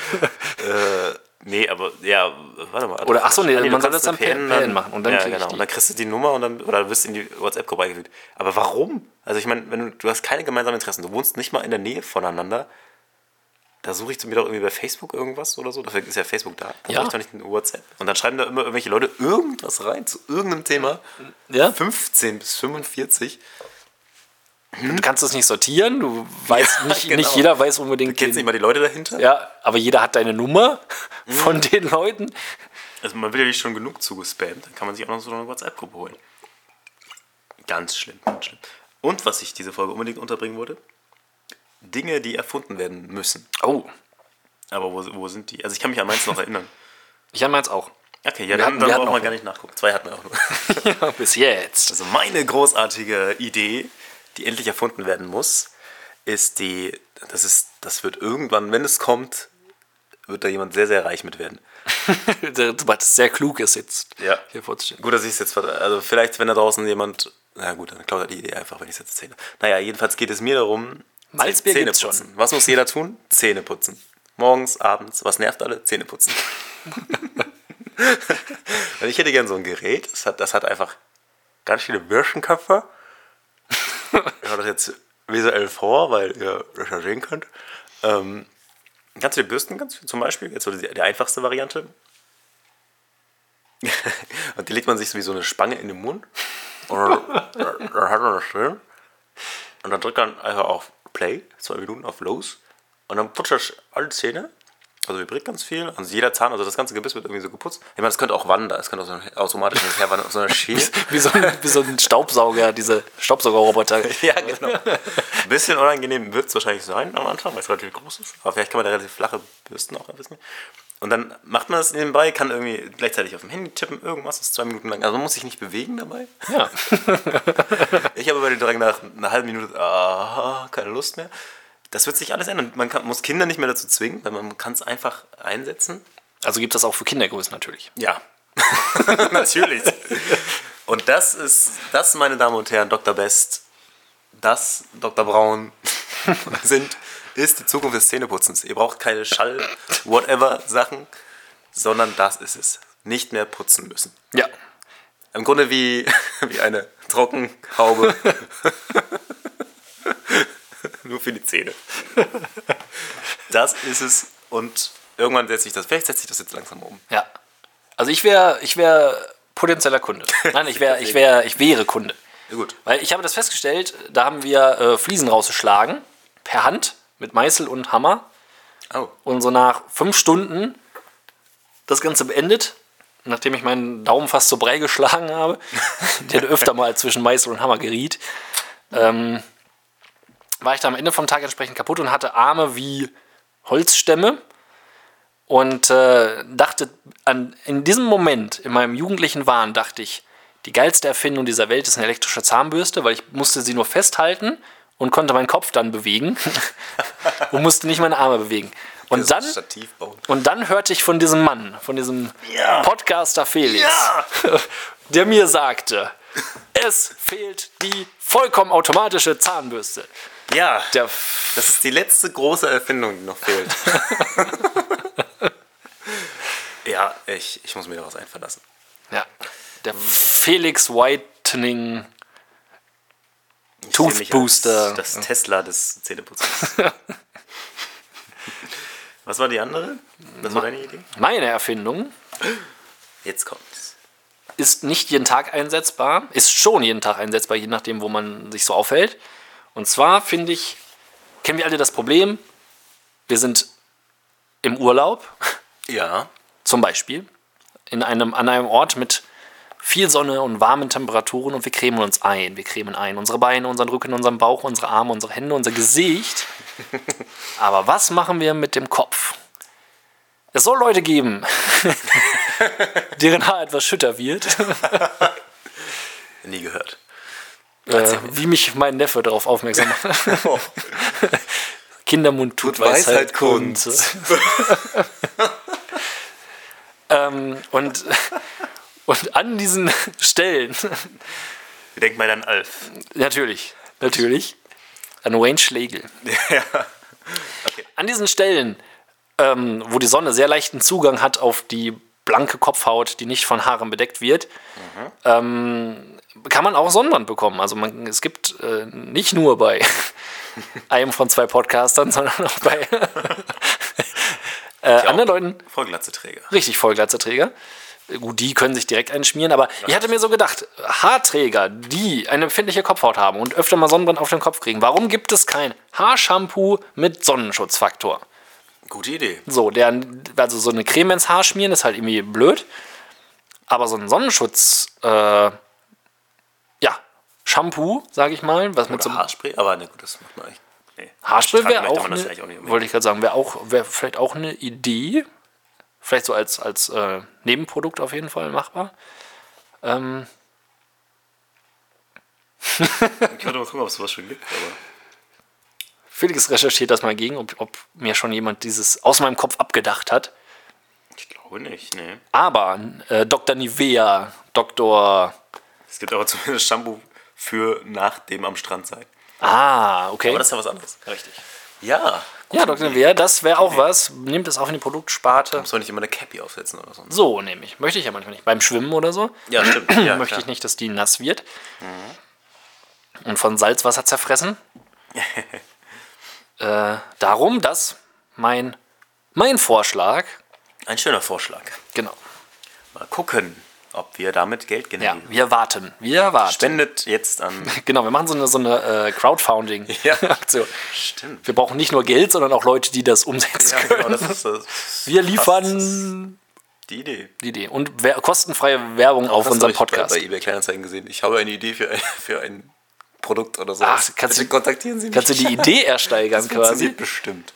Speaker 4: äh, nee, aber ja, warte mal.
Speaker 3: Oder, ach so, nee,
Speaker 4: du
Speaker 3: man soll
Speaker 4: kannst
Speaker 3: das dann
Speaker 4: eine
Speaker 3: per PN machen und dann
Speaker 4: ja,
Speaker 3: krieg ich
Speaker 4: genau.
Speaker 3: die.
Speaker 4: Und dann kriegst du die Nummer und dann oder du wirst in die WhatsApp-Gruppe eingefügt. Aber warum? Also ich meine, wenn du, du hast keine gemeinsamen Interessen, du wohnst nicht mal in der Nähe voneinander. Da suche ich mir doch irgendwie bei Facebook irgendwas oder so. Dafür ist ja Facebook da. Warum
Speaker 3: Ja.
Speaker 4: Ich doch nicht in WhatsApp. Und dann schreiben da immer irgendwelche Leute irgendwas rein zu irgendeinem Thema.
Speaker 3: Ja.
Speaker 4: 15 bis 45.
Speaker 3: Du kannst es nicht sortieren, du weißt nicht,
Speaker 5: genau.
Speaker 3: nicht jeder weiß unbedingt.
Speaker 5: Kennst nicht
Speaker 3: den-
Speaker 5: mal die Leute dahinter?
Speaker 3: ja, aber jeder hat deine Nummer von den Leuten.
Speaker 4: Also man wird ja nicht schon genug zugespammt, dann kann man sich auch noch so eine WhatsApp-Gruppe holen. Ganz schlimm, ganz schlimm. Und was ich diese Folge unbedingt unterbringen wollte, Dinge, die erfunden werden müssen.
Speaker 3: Oh,
Speaker 4: Aber wo, wo sind die? Also ich kann mich an meins noch erinnern.
Speaker 3: ich habe meins auch.
Speaker 4: Okay, ja,
Speaker 3: Wir
Speaker 4: dann,
Speaker 3: hatten-
Speaker 4: dann
Speaker 3: wir hatten
Speaker 4: braucht man
Speaker 3: auch
Speaker 4: gar nicht nachgucken. Zwei hatten wir auch nur.
Speaker 3: Bis jetzt.
Speaker 4: Also meine großartige Idee, die endlich erfunden werden muss, ist die, das ist, das wird irgendwann, wenn es kommt, wird da jemand sehr, sehr reich mit werden.
Speaker 3: Was sehr klug ist jetzt
Speaker 4: Ja.
Speaker 3: hier vorzustellen.
Speaker 4: Gut, dass ich es jetzt, ver- also vielleicht, wenn da draußen jemand, na gut, dann klaut er die Idee einfach, wenn ich es jetzt erzähle. Naja, jedenfalls geht es mir darum,
Speaker 3: Malzbier
Speaker 4: Zähne
Speaker 3: gibt's
Speaker 4: putzen.
Speaker 3: schon.
Speaker 4: Was muss jeder tun? Zähne putzen. Morgens, abends, was nervt alle? Zähne putzen. Also ich hätte gern so ein Gerät, das hat, das hat einfach ganz viele Würschenköpfe. Ich habe das jetzt visuell vor, weil ihr das ja sehen könnt. Ähm, ganz viele Bürsten, ganz viel, zum Beispiel, jetzt so die, die einfachste Variante. Und die legt man sich so wie so eine Spange in den Mund. Und dann, dann dann hat man das schön. Und dann drückt man einfach auf Play, zwei Minuten auf Los. Und dann putzt das alle Zähne. Also vibriert ganz viel. Und jeder Zahn, also das ganze Gebiss wird irgendwie so geputzt. Ich meine, das könnte auch wandern. Es könnte auch so ein- automatisch herwandern auf so einer Schiene.
Speaker 3: Wie so, ein, wie so ein Staubsauger, diese Staubsaugerroboter.
Speaker 4: Ja, genau. Ein bisschen unangenehm wird es wahrscheinlich sein am Anfang, weil es relativ groß ist. Aber vielleicht kann man da relativ flache Bürsten auch erwissen. Und dann macht man das nebenbei, kann irgendwie gleichzeitig auf dem Handy tippen, irgendwas, das ist zwei Minuten lang. Also man muss sich nicht bewegen dabei.
Speaker 3: Ja.
Speaker 4: Ich habe aber den Drang nach einer halben Minute, ah, keine Lust mehr. Das wird sich alles ändern. Man kann, muss Kinder nicht mehr dazu zwingen, weil man kann es einfach einsetzen.
Speaker 3: Also gibt das auch für Kindergrößen natürlich.
Speaker 4: Ja. Natürlich. Und das ist, das, meine Damen und Herren, Dr. Best, das, Dr. Braun, sind, ist die Zukunft des Zähneputzens. Ihr braucht keine Schall-Whatever-Sachen, sondern das ist es. Nicht mehr putzen müssen.
Speaker 3: Ja.
Speaker 4: Im Grunde wie, wie eine Trockenhaube. Nur für die Zähne. Das ist es. Und irgendwann setze ich das, vielleicht setze ich das jetzt langsam um.
Speaker 3: Ja. Also ich wäre ich wär potenzieller Kunde. Nein, ich, wär, ich, wär, ich wäre Kunde.
Speaker 4: Ja, gut.
Speaker 3: Weil ich habe das festgestellt, da haben wir äh, Fliesen rausgeschlagen, per Hand, mit Meißel und Hammer.
Speaker 4: Oh.
Speaker 3: Und so nach fünf Stunden das Ganze beendet, nachdem ich meinen Daumen fast zur Brei geschlagen habe, der öfter mal zwischen Meißel und Hammer geriet, ähm, war ich da am Ende vom Tag entsprechend kaputt und hatte Arme wie Holzstämme und äh, dachte an, in diesem Moment, in meinem jugendlichen Wahn, dachte ich, die geilste Erfindung dieser Welt ist eine elektrische Zahnbürste, weil ich musste sie nur festhalten und konnte meinen Kopf dann bewegen und musste nicht meine Arme bewegen. Und dann,
Speaker 4: Stativ bauen.
Speaker 3: und dann hörte ich von diesem Mann, von diesem
Speaker 4: Ja.
Speaker 3: Podcaster Felix, der mir sagte, es fehlt die vollkommen automatische Zahnbürste.
Speaker 4: Ja,
Speaker 3: Der
Speaker 4: das ist die letzte große Erfindung, die noch fehlt. ja, ich, ich muss mir daraus einfallen lassen.
Speaker 3: Ja. Der Felix Whitening
Speaker 4: Ich sehe mich als
Speaker 3: Toothbooster.
Speaker 4: Das Tesla des Zähneputzers. Was war die andere? Das war deine Idee?
Speaker 3: Meine Erfindung
Speaker 4: Jetzt kommt's.
Speaker 3: ist nicht jeden Tag einsetzbar, ist schon jeden Tag einsetzbar, je nachdem, wo man sich so aufhält. Und zwar finde ich, kennen wir alle das Problem, wir sind im Urlaub,
Speaker 4: Ja.
Speaker 3: zum Beispiel, in einem, an einem Ort mit viel Sonne und warmen Temperaturen und wir cremen uns ein. Wir cremen ein unsere Beine, unseren Rücken, unseren Bauch, unsere Arme, unsere Hände, unser Gesicht. Aber was machen wir mit dem Kopf? Es soll Leute geben, deren Haar etwas schütter wird,
Speaker 4: Nie gehört.
Speaker 3: äh, wie mich mein Neffe darauf aufmerksam macht. Kindermund tut,
Speaker 4: Tut Weisheit
Speaker 3: Weisheit
Speaker 4: kund.
Speaker 3: kund. ähm, und, und an diesen Stellen
Speaker 4: Denk mal an Alf.
Speaker 3: Natürlich, natürlich. An Wayne Schlegel. An diesen Stellen, ähm, wo die Sonne sehr leichten Zugang hat auf die blanke Kopfhaut, die nicht von Haaren bedeckt wird, ähm, kann man auch Sonnenbrand bekommen. Also man, es gibt äh, nicht nur bei einem von zwei Podcastern, sondern auch bei äh, anderen Leuten
Speaker 4: Vollglatze Träger.
Speaker 3: richtig Vollglatzerträger. Äh, Gut, die können sich direkt einschmieren, aber ich hatte mir so gedacht, Haarträger, die eine empfindliche Kopfhaut haben und öfter mal Sonnenbrand auf den Kopf kriegen, warum gibt es kein Haarshampoo mit Sonnenschutzfaktor?
Speaker 4: Gute Idee.
Speaker 3: So, der, also so eine Creme ins Haar schmieren ist halt irgendwie blöd. Aber so ein Sonnenschutz, äh, ja, Shampoo, sage ich mal, was mit so
Speaker 4: Oder
Speaker 3: einem
Speaker 4: Haarspray, aber ne, gut, das macht man eigentlich.
Speaker 3: Haarspray
Speaker 4: Strand
Speaker 3: wäre
Speaker 4: möchte
Speaker 3: auch,
Speaker 4: man das
Speaker 3: ne-
Speaker 4: eigentlich auch nicht unbedingt.
Speaker 3: wollte ich gerade sagen, wäre auch, wäre vielleicht auch eine Idee, vielleicht so als, als äh, Nebenprodukt auf jeden Fall machbar. Ähm,
Speaker 4: Ich könnte mal gucken, ob es sowas schon gibt, aber.
Speaker 3: Felix recherchiert das mal gegen, ob, ob mir schon jemand dieses aus meinem Kopf abgedacht hat.
Speaker 4: Ich glaube nicht, ne.
Speaker 3: Aber äh, Dr. Nivea, Dr.
Speaker 4: Es gibt aber zumindest Shampoo für nach dem am Strand sein.
Speaker 3: Ah, okay.
Speaker 4: Aber das ist ja was anderes. Richtig. Ja.
Speaker 3: ja, Dr. Nivea, das wäre auch was. Nehmt es auf in die Produktsparte.
Speaker 4: Muss man nicht immer eine Cappy aufsetzen oder so. ne?
Speaker 3: So nämlich. Möchte ich ja manchmal nicht. Beim Schwimmen oder so.
Speaker 4: Ja, stimmt. Ja, klar.
Speaker 3: möchte
Speaker 4: Mhm.
Speaker 3: ich nicht, dass die nass wird. Und von Salzwasser zerfressen. äh, darum, das mein, mein Vorschlag.
Speaker 4: Ein schöner Vorschlag.
Speaker 3: Genau.
Speaker 4: Mal gucken, ob wir damit Geld
Speaker 3: Ja,
Speaker 4: generieren.
Speaker 3: wir warten. Wir warten.
Speaker 4: Spendet jetzt an.
Speaker 3: Genau, wir machen so eine, so eine äh,
Speaker 4: Ja.
Speaker 3: Crowdfunding-Aktion.
Speaker 4: Stimmt.
Speaker 3: Wir brauchen nicht nur Geld, sondern auch Leute, die das umsetzen
Speaker 4: Ja,
Speaker 3: können.
Speaker 4: genau, das ist, das ist
Speaker 3: Wir
Speaker 4: fast- das ist
Speaker 3: liefern
Speaker 4: die Idee.
Speaker 3: die Idee. Und wer, kostenfreie Werbung auf
Speaker 4: Das
Speaker 3: unserem
Speaker 4: hab ich
Speaker 3: Podcast.
Speaker 4: Bei, bei eBay Kleinanzeigen gesehen. Ich habe eine Idee für ein, für ein Produkt oder so.
Speaker 3: Ach, kannst
Speaker 4: Bitte
Speaker 3: du-
Speaker 4: kontaktieren Sie mich.
Speaker 3: Kannst du die Idee ersteigern
Speaker 4: das funktioniert
Speaker 3: quasi?
Speaker 4: bestimmt.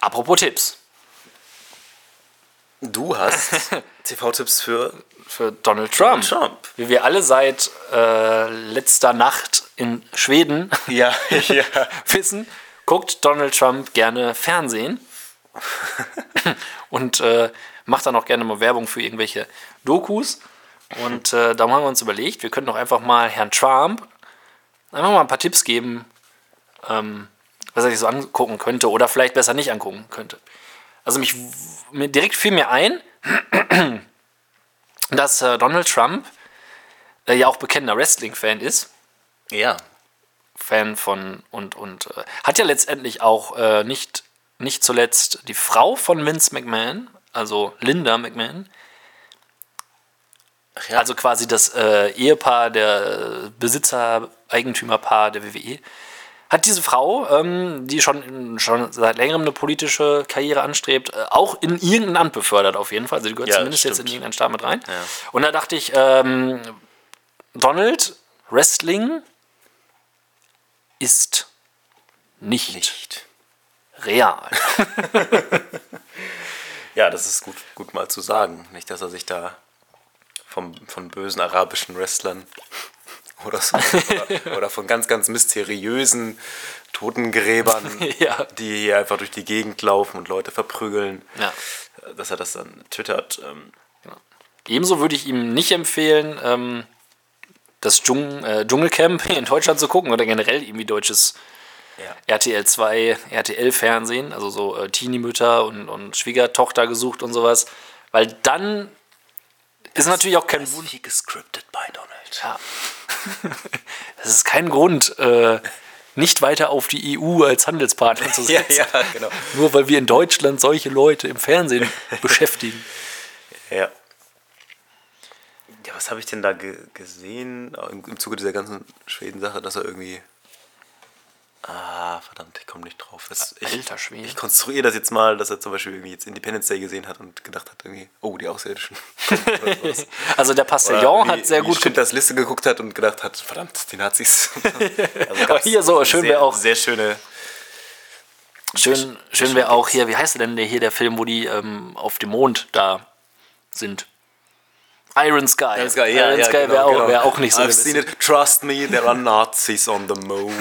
Speaker 3: Apropos Tipps
Speaker 4: Du hast TV-Tipps für
Speaker 3: für Donald Trump.
Speaker 4: Trump.
Speaker 3: Wie wir alle seit äh, letzter Nacht in Schweden
Speaker 4: Ja, ja.
Speaker 3: wissen, guckt Donald Trump gerne Fernsehen und äh, macht dann auch gerne mal Werbung für irgendwelche Dokus. Und äh, da haben wir uns überlegt, wir könnten doch einfach mal Herrn Trump einfach mal ein paar Tipps geben, ähm, was er sich so angucken könnte oder vielleicht besser nicht angucken könnte. Also mich w- mir direkt fiel mir ein, dass äh, Donald Trump äh, ja auch bekennender Wrestling-Fan ist.
Speaker 4: Ja.
Speaker 3: Fan von und und äh, hat ja letztendlich auch äh, nicht nicht zuletzt die Frau von Vince McMahon, also Linda McMahon,
Speaker 4: ja.
Speaker 3: also quasi das äh, Ehepaar der äh, Besitzer Eigentümerpaar der WWE, hat diese Frau, ähm, die schon schon seit längerem eine politische Karriere anstrebt, äh, auch in irgendein Amt befördert auf jeden Fall. Also die gehört
Speaker 4: Ja,
Speaker 3: zumindest jetzt in
Speaker 4: stimmt.
Speaker 3: irgendeinen Staat mit rein. Und da dachte ich, ähm, Donald Wrestling ist nicht,
Speaker 4: Nicht.
Speaker 3: real.
Speaker 4: Ja, das ist gut, gut mal zu sagen. Nicht, dass er sich da vom, von bösen arabischen Wrestlern oder, so, oder, oder von ganz, ganz mysteriösen Totengräbern,
Speaker 3: Ja.
Speaker 4: die hier einfach durch die Gegend laufen und Leute verprügeln,
Speaker 3: Ja.
Speaker 4: dass er das dann twittert. Ähm,
Speaker 3: Ebenso würde ich ihm nicht empfehlen, ähm, das Dschung, äh, Dschungelcamp in Deutschland zu gucken oder generell irgendwie deutsches
Speaker 4: ja.
Speaker 3: RTL 2, RTL-Fernsehen, also so äh, Teenie-Mütter und, und Schwiegertochter gesucht und sowas. Weil dann ist natürlich auch kein Wunder.
Speaker 4: Wie gescriptet bei Donald.
Speaker 3: Ja. Es ist kein Grund, äh, nicht weiter auf die EU als Handelspartner zu
Speaker 4: Ja,
Speaker 3: setzen.
Speaker 4: ja, genau.
Speaker 3: Nur weil wir in Deutschland solche Leute im Fernsehen beschäftigen.
Speaker 4: Ja. Ja, was habe ich denn da ge gesehen im, im Zuge dieser ganzen Schweden-Sache, dass er irgendwie. Ah, verdammt, ich komme nicht drauf. Das, ich,
Speaker 3: Alter Schwede.
Speaker 4: Ich konstruiere das jetzt mal, dass er zum Beispiel irgendwie jetzt Independence Day gesehen hat und gedacht hat, irgendwie, oh, die Außerirdischen. Oder sowas.
Speaker 3: Also der
Speaker 4: Oder
Speaker 3: Postillon
Speaker 4: wie-
Speaker 3: hat sehr
Speaker 4: wie
Speaker 3: gut
Speaker 4: stimmt, das Liste geguckt hat und gedacht hat, verdammt, die Nazis. also
Speaker 3: Aber hier so, schön
Speaker 4: sehr,
Speaker 3: wäre auch-
Speaker 4: Sehr schöne.
Speaker 3: Schön, schön wäre auch hier, wie heißt denn der hier, der Film, wo die ähm, auf dem Mond da sind? Iron Sky. Iron Iron Sky wäre auch, wär auch nicht so.
Speaker 4: genau, I've
Speaker 3: gewesen.
Speaker 4: seen it. Trust me, there are Nazis on the moon.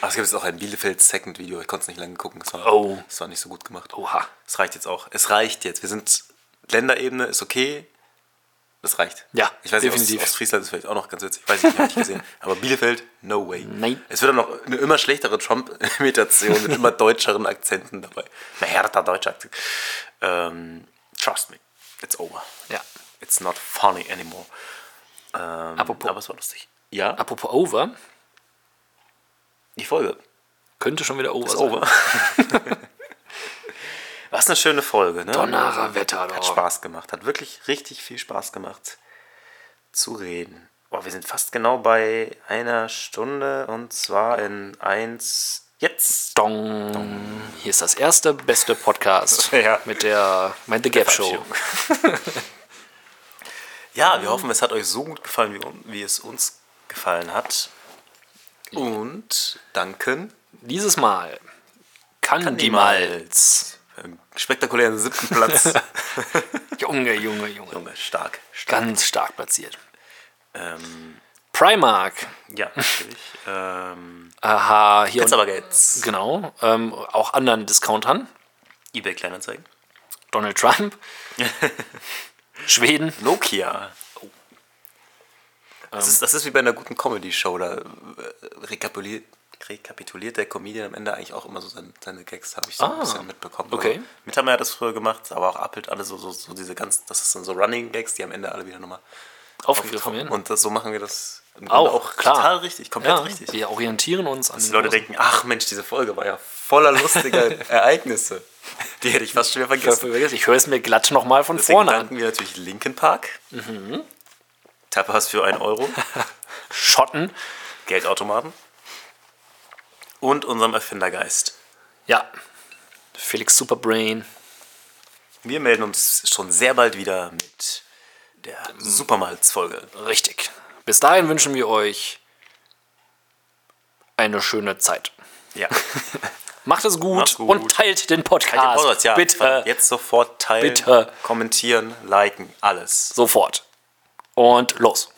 Speaker 4: Ach, es gibt jetzt auch ein Bielefeld-Second-Video. Ich konnte es nicht lange gucken. Es war,
Speaker 3: Oh.
Speaker 4: es war nicht so gut gemacht.
Speaker 3: Oha.
Speaker 4: Es reicht jetzt auch. Es reicht jetzt. Wir sind Länderebene, ist okay. Das reicht.
Speaker 3: Ja,
Speaker 4: ich weiß
Speaker 3: definitiv.
Speaker 4: Nicht, aus, aus Friesland ist vielleicht auch noch ganz witzig. Weiß ich nicht, hab ich nicht gesehen. Aber Bielefeld, no way.
Speaker 3: Nein.
Speaker 4: Es wird dann noch eine immer schlechtere Trump-Imitation mit immer deutscheren Akzenten dabei. Ein härter deutscher Akzent. Ähm, trust me, it's over.
Speaker 3: Ja.
Speaker 4: It's not funny anymore. Ähm,
Speaker 3: Apropos-
Speaker 4: Aber es war lustig. Ja,
Speaker 3: Apropos Over,
Speaker 4: die Folge
Speaker 3: könnte schon wieder Over
Speaker 4: ist
Speaker 3: sein.
Speaker 4: over. Was eine schöne Folge, ne?
Speaker 3: Donnerwetter,
Speaker 4: Hat
Speaker 3: doch.
Speaker 4: Spaß gemacht. Hat wirklich richtig viel Spaß gemacht zu reden. Boah, wir sind fast genau bei einer Stunde und zwar in eins. Jetzt!
Speaker 3: Dong. Hier ist das erste, beste Podcast
Speaker 4: Ja.
Speaker 3: mit der Mind the Gap Show.
Speaker 4: Ja, wir hoffen, es hat euch so gut gefallen, wie, un- wie es uns gefallen hat. Und danken
Speaker 3: Dieses Mal kann die Malz.
Speaker 4: beim spektakulären siebten Platz.
Speaker 3: Junge, Junge, Junge.
Speaker 4: Junge, stark.
Speaker 3: Ganz stark platziert.
Speaker 4: Ähm,
Speaker 3: Primark.
Speaker 4: ja, natürlich. ähm,
Speaker 3: Aha, hier
Speaker 4: jetzt aber geht's.
Speaker 3: Genau. Ähm, auch anderen Discountern.
Speaker 4: eBay Kleinanzeigen.
Speaker 3: Donald Trump. Schweden.
Speaker 4: Nokia. Das, ist, das ist wie bei einer guten Comedy-Show. Da äh, rekapituliert, rekapituliert der Comedian am Ende eigentlich auch immer so seine, seine Gags, habe ich so
Speaker 3: Ah,
Speaker 4: ein bisschen mitbekommen. Also
Speaker 3: okay.
Speaker 4: Mit haben wir das früher gemacht, aber auch Appelt alle so, so, so diese ganz, das ist dann so Running-Gags, die am Ende alle wieder nochmal
Speaker 3: Aufgegriffen werden.
Speaker 4: Und das, so machen wir das im Grunde
Speaker 3: auch, klar.
Speaker 4: total richtig, komplett
Speaker 3: ja,
Speaker 4: richtig.
Speaker 3: Wir orientieren uns an
Speaker 4: Dass die
Speaker 3: den
Speaker 4: Leute denken, ach Mensch, diese Folge war ja voller lustiger Ereignisse. Die hätte ich fast schwer
Speaker 3: Ich
Speaker 4: vergessen.
Speaker 3: vergesse, Ich höre es mir glatt nochmal von
Speaker 4: Deswegen
Speaker 3: vorne an.
Speaker 4: danken wir natürlich Linkin Park.
Speaker 3: Mhm.
Speaker 4: Tapas für 1 Euro.
Speaker 3: Schotten.
Speaker 4: Geldautomaten. Und unserem Erfindergeist.
Speaker 3: Ja. Felix Superbrain.
Speaker 4: Wir melden uns schon sehr bald wieder mit der Supermalz-Folge.
Speaker 3: Richtig. Bis dahin wünschen wir euch eine schöne Zeit.
Speaker 4: Ja.
Speaker 3: Macht es gut,
Speaker 4: Macht's gut.
Speaker 3: und teilt den Podcast. äh,
Speaker 4: Halt den Podcast, ja.
Speaker 3: Bitte.
Speaker 4: Jetzt sofort teilen,
Speaker 3: Bitte.
Speaker 4: kommentieren, liken, alles.
Speaker 3: Sofort. Und los.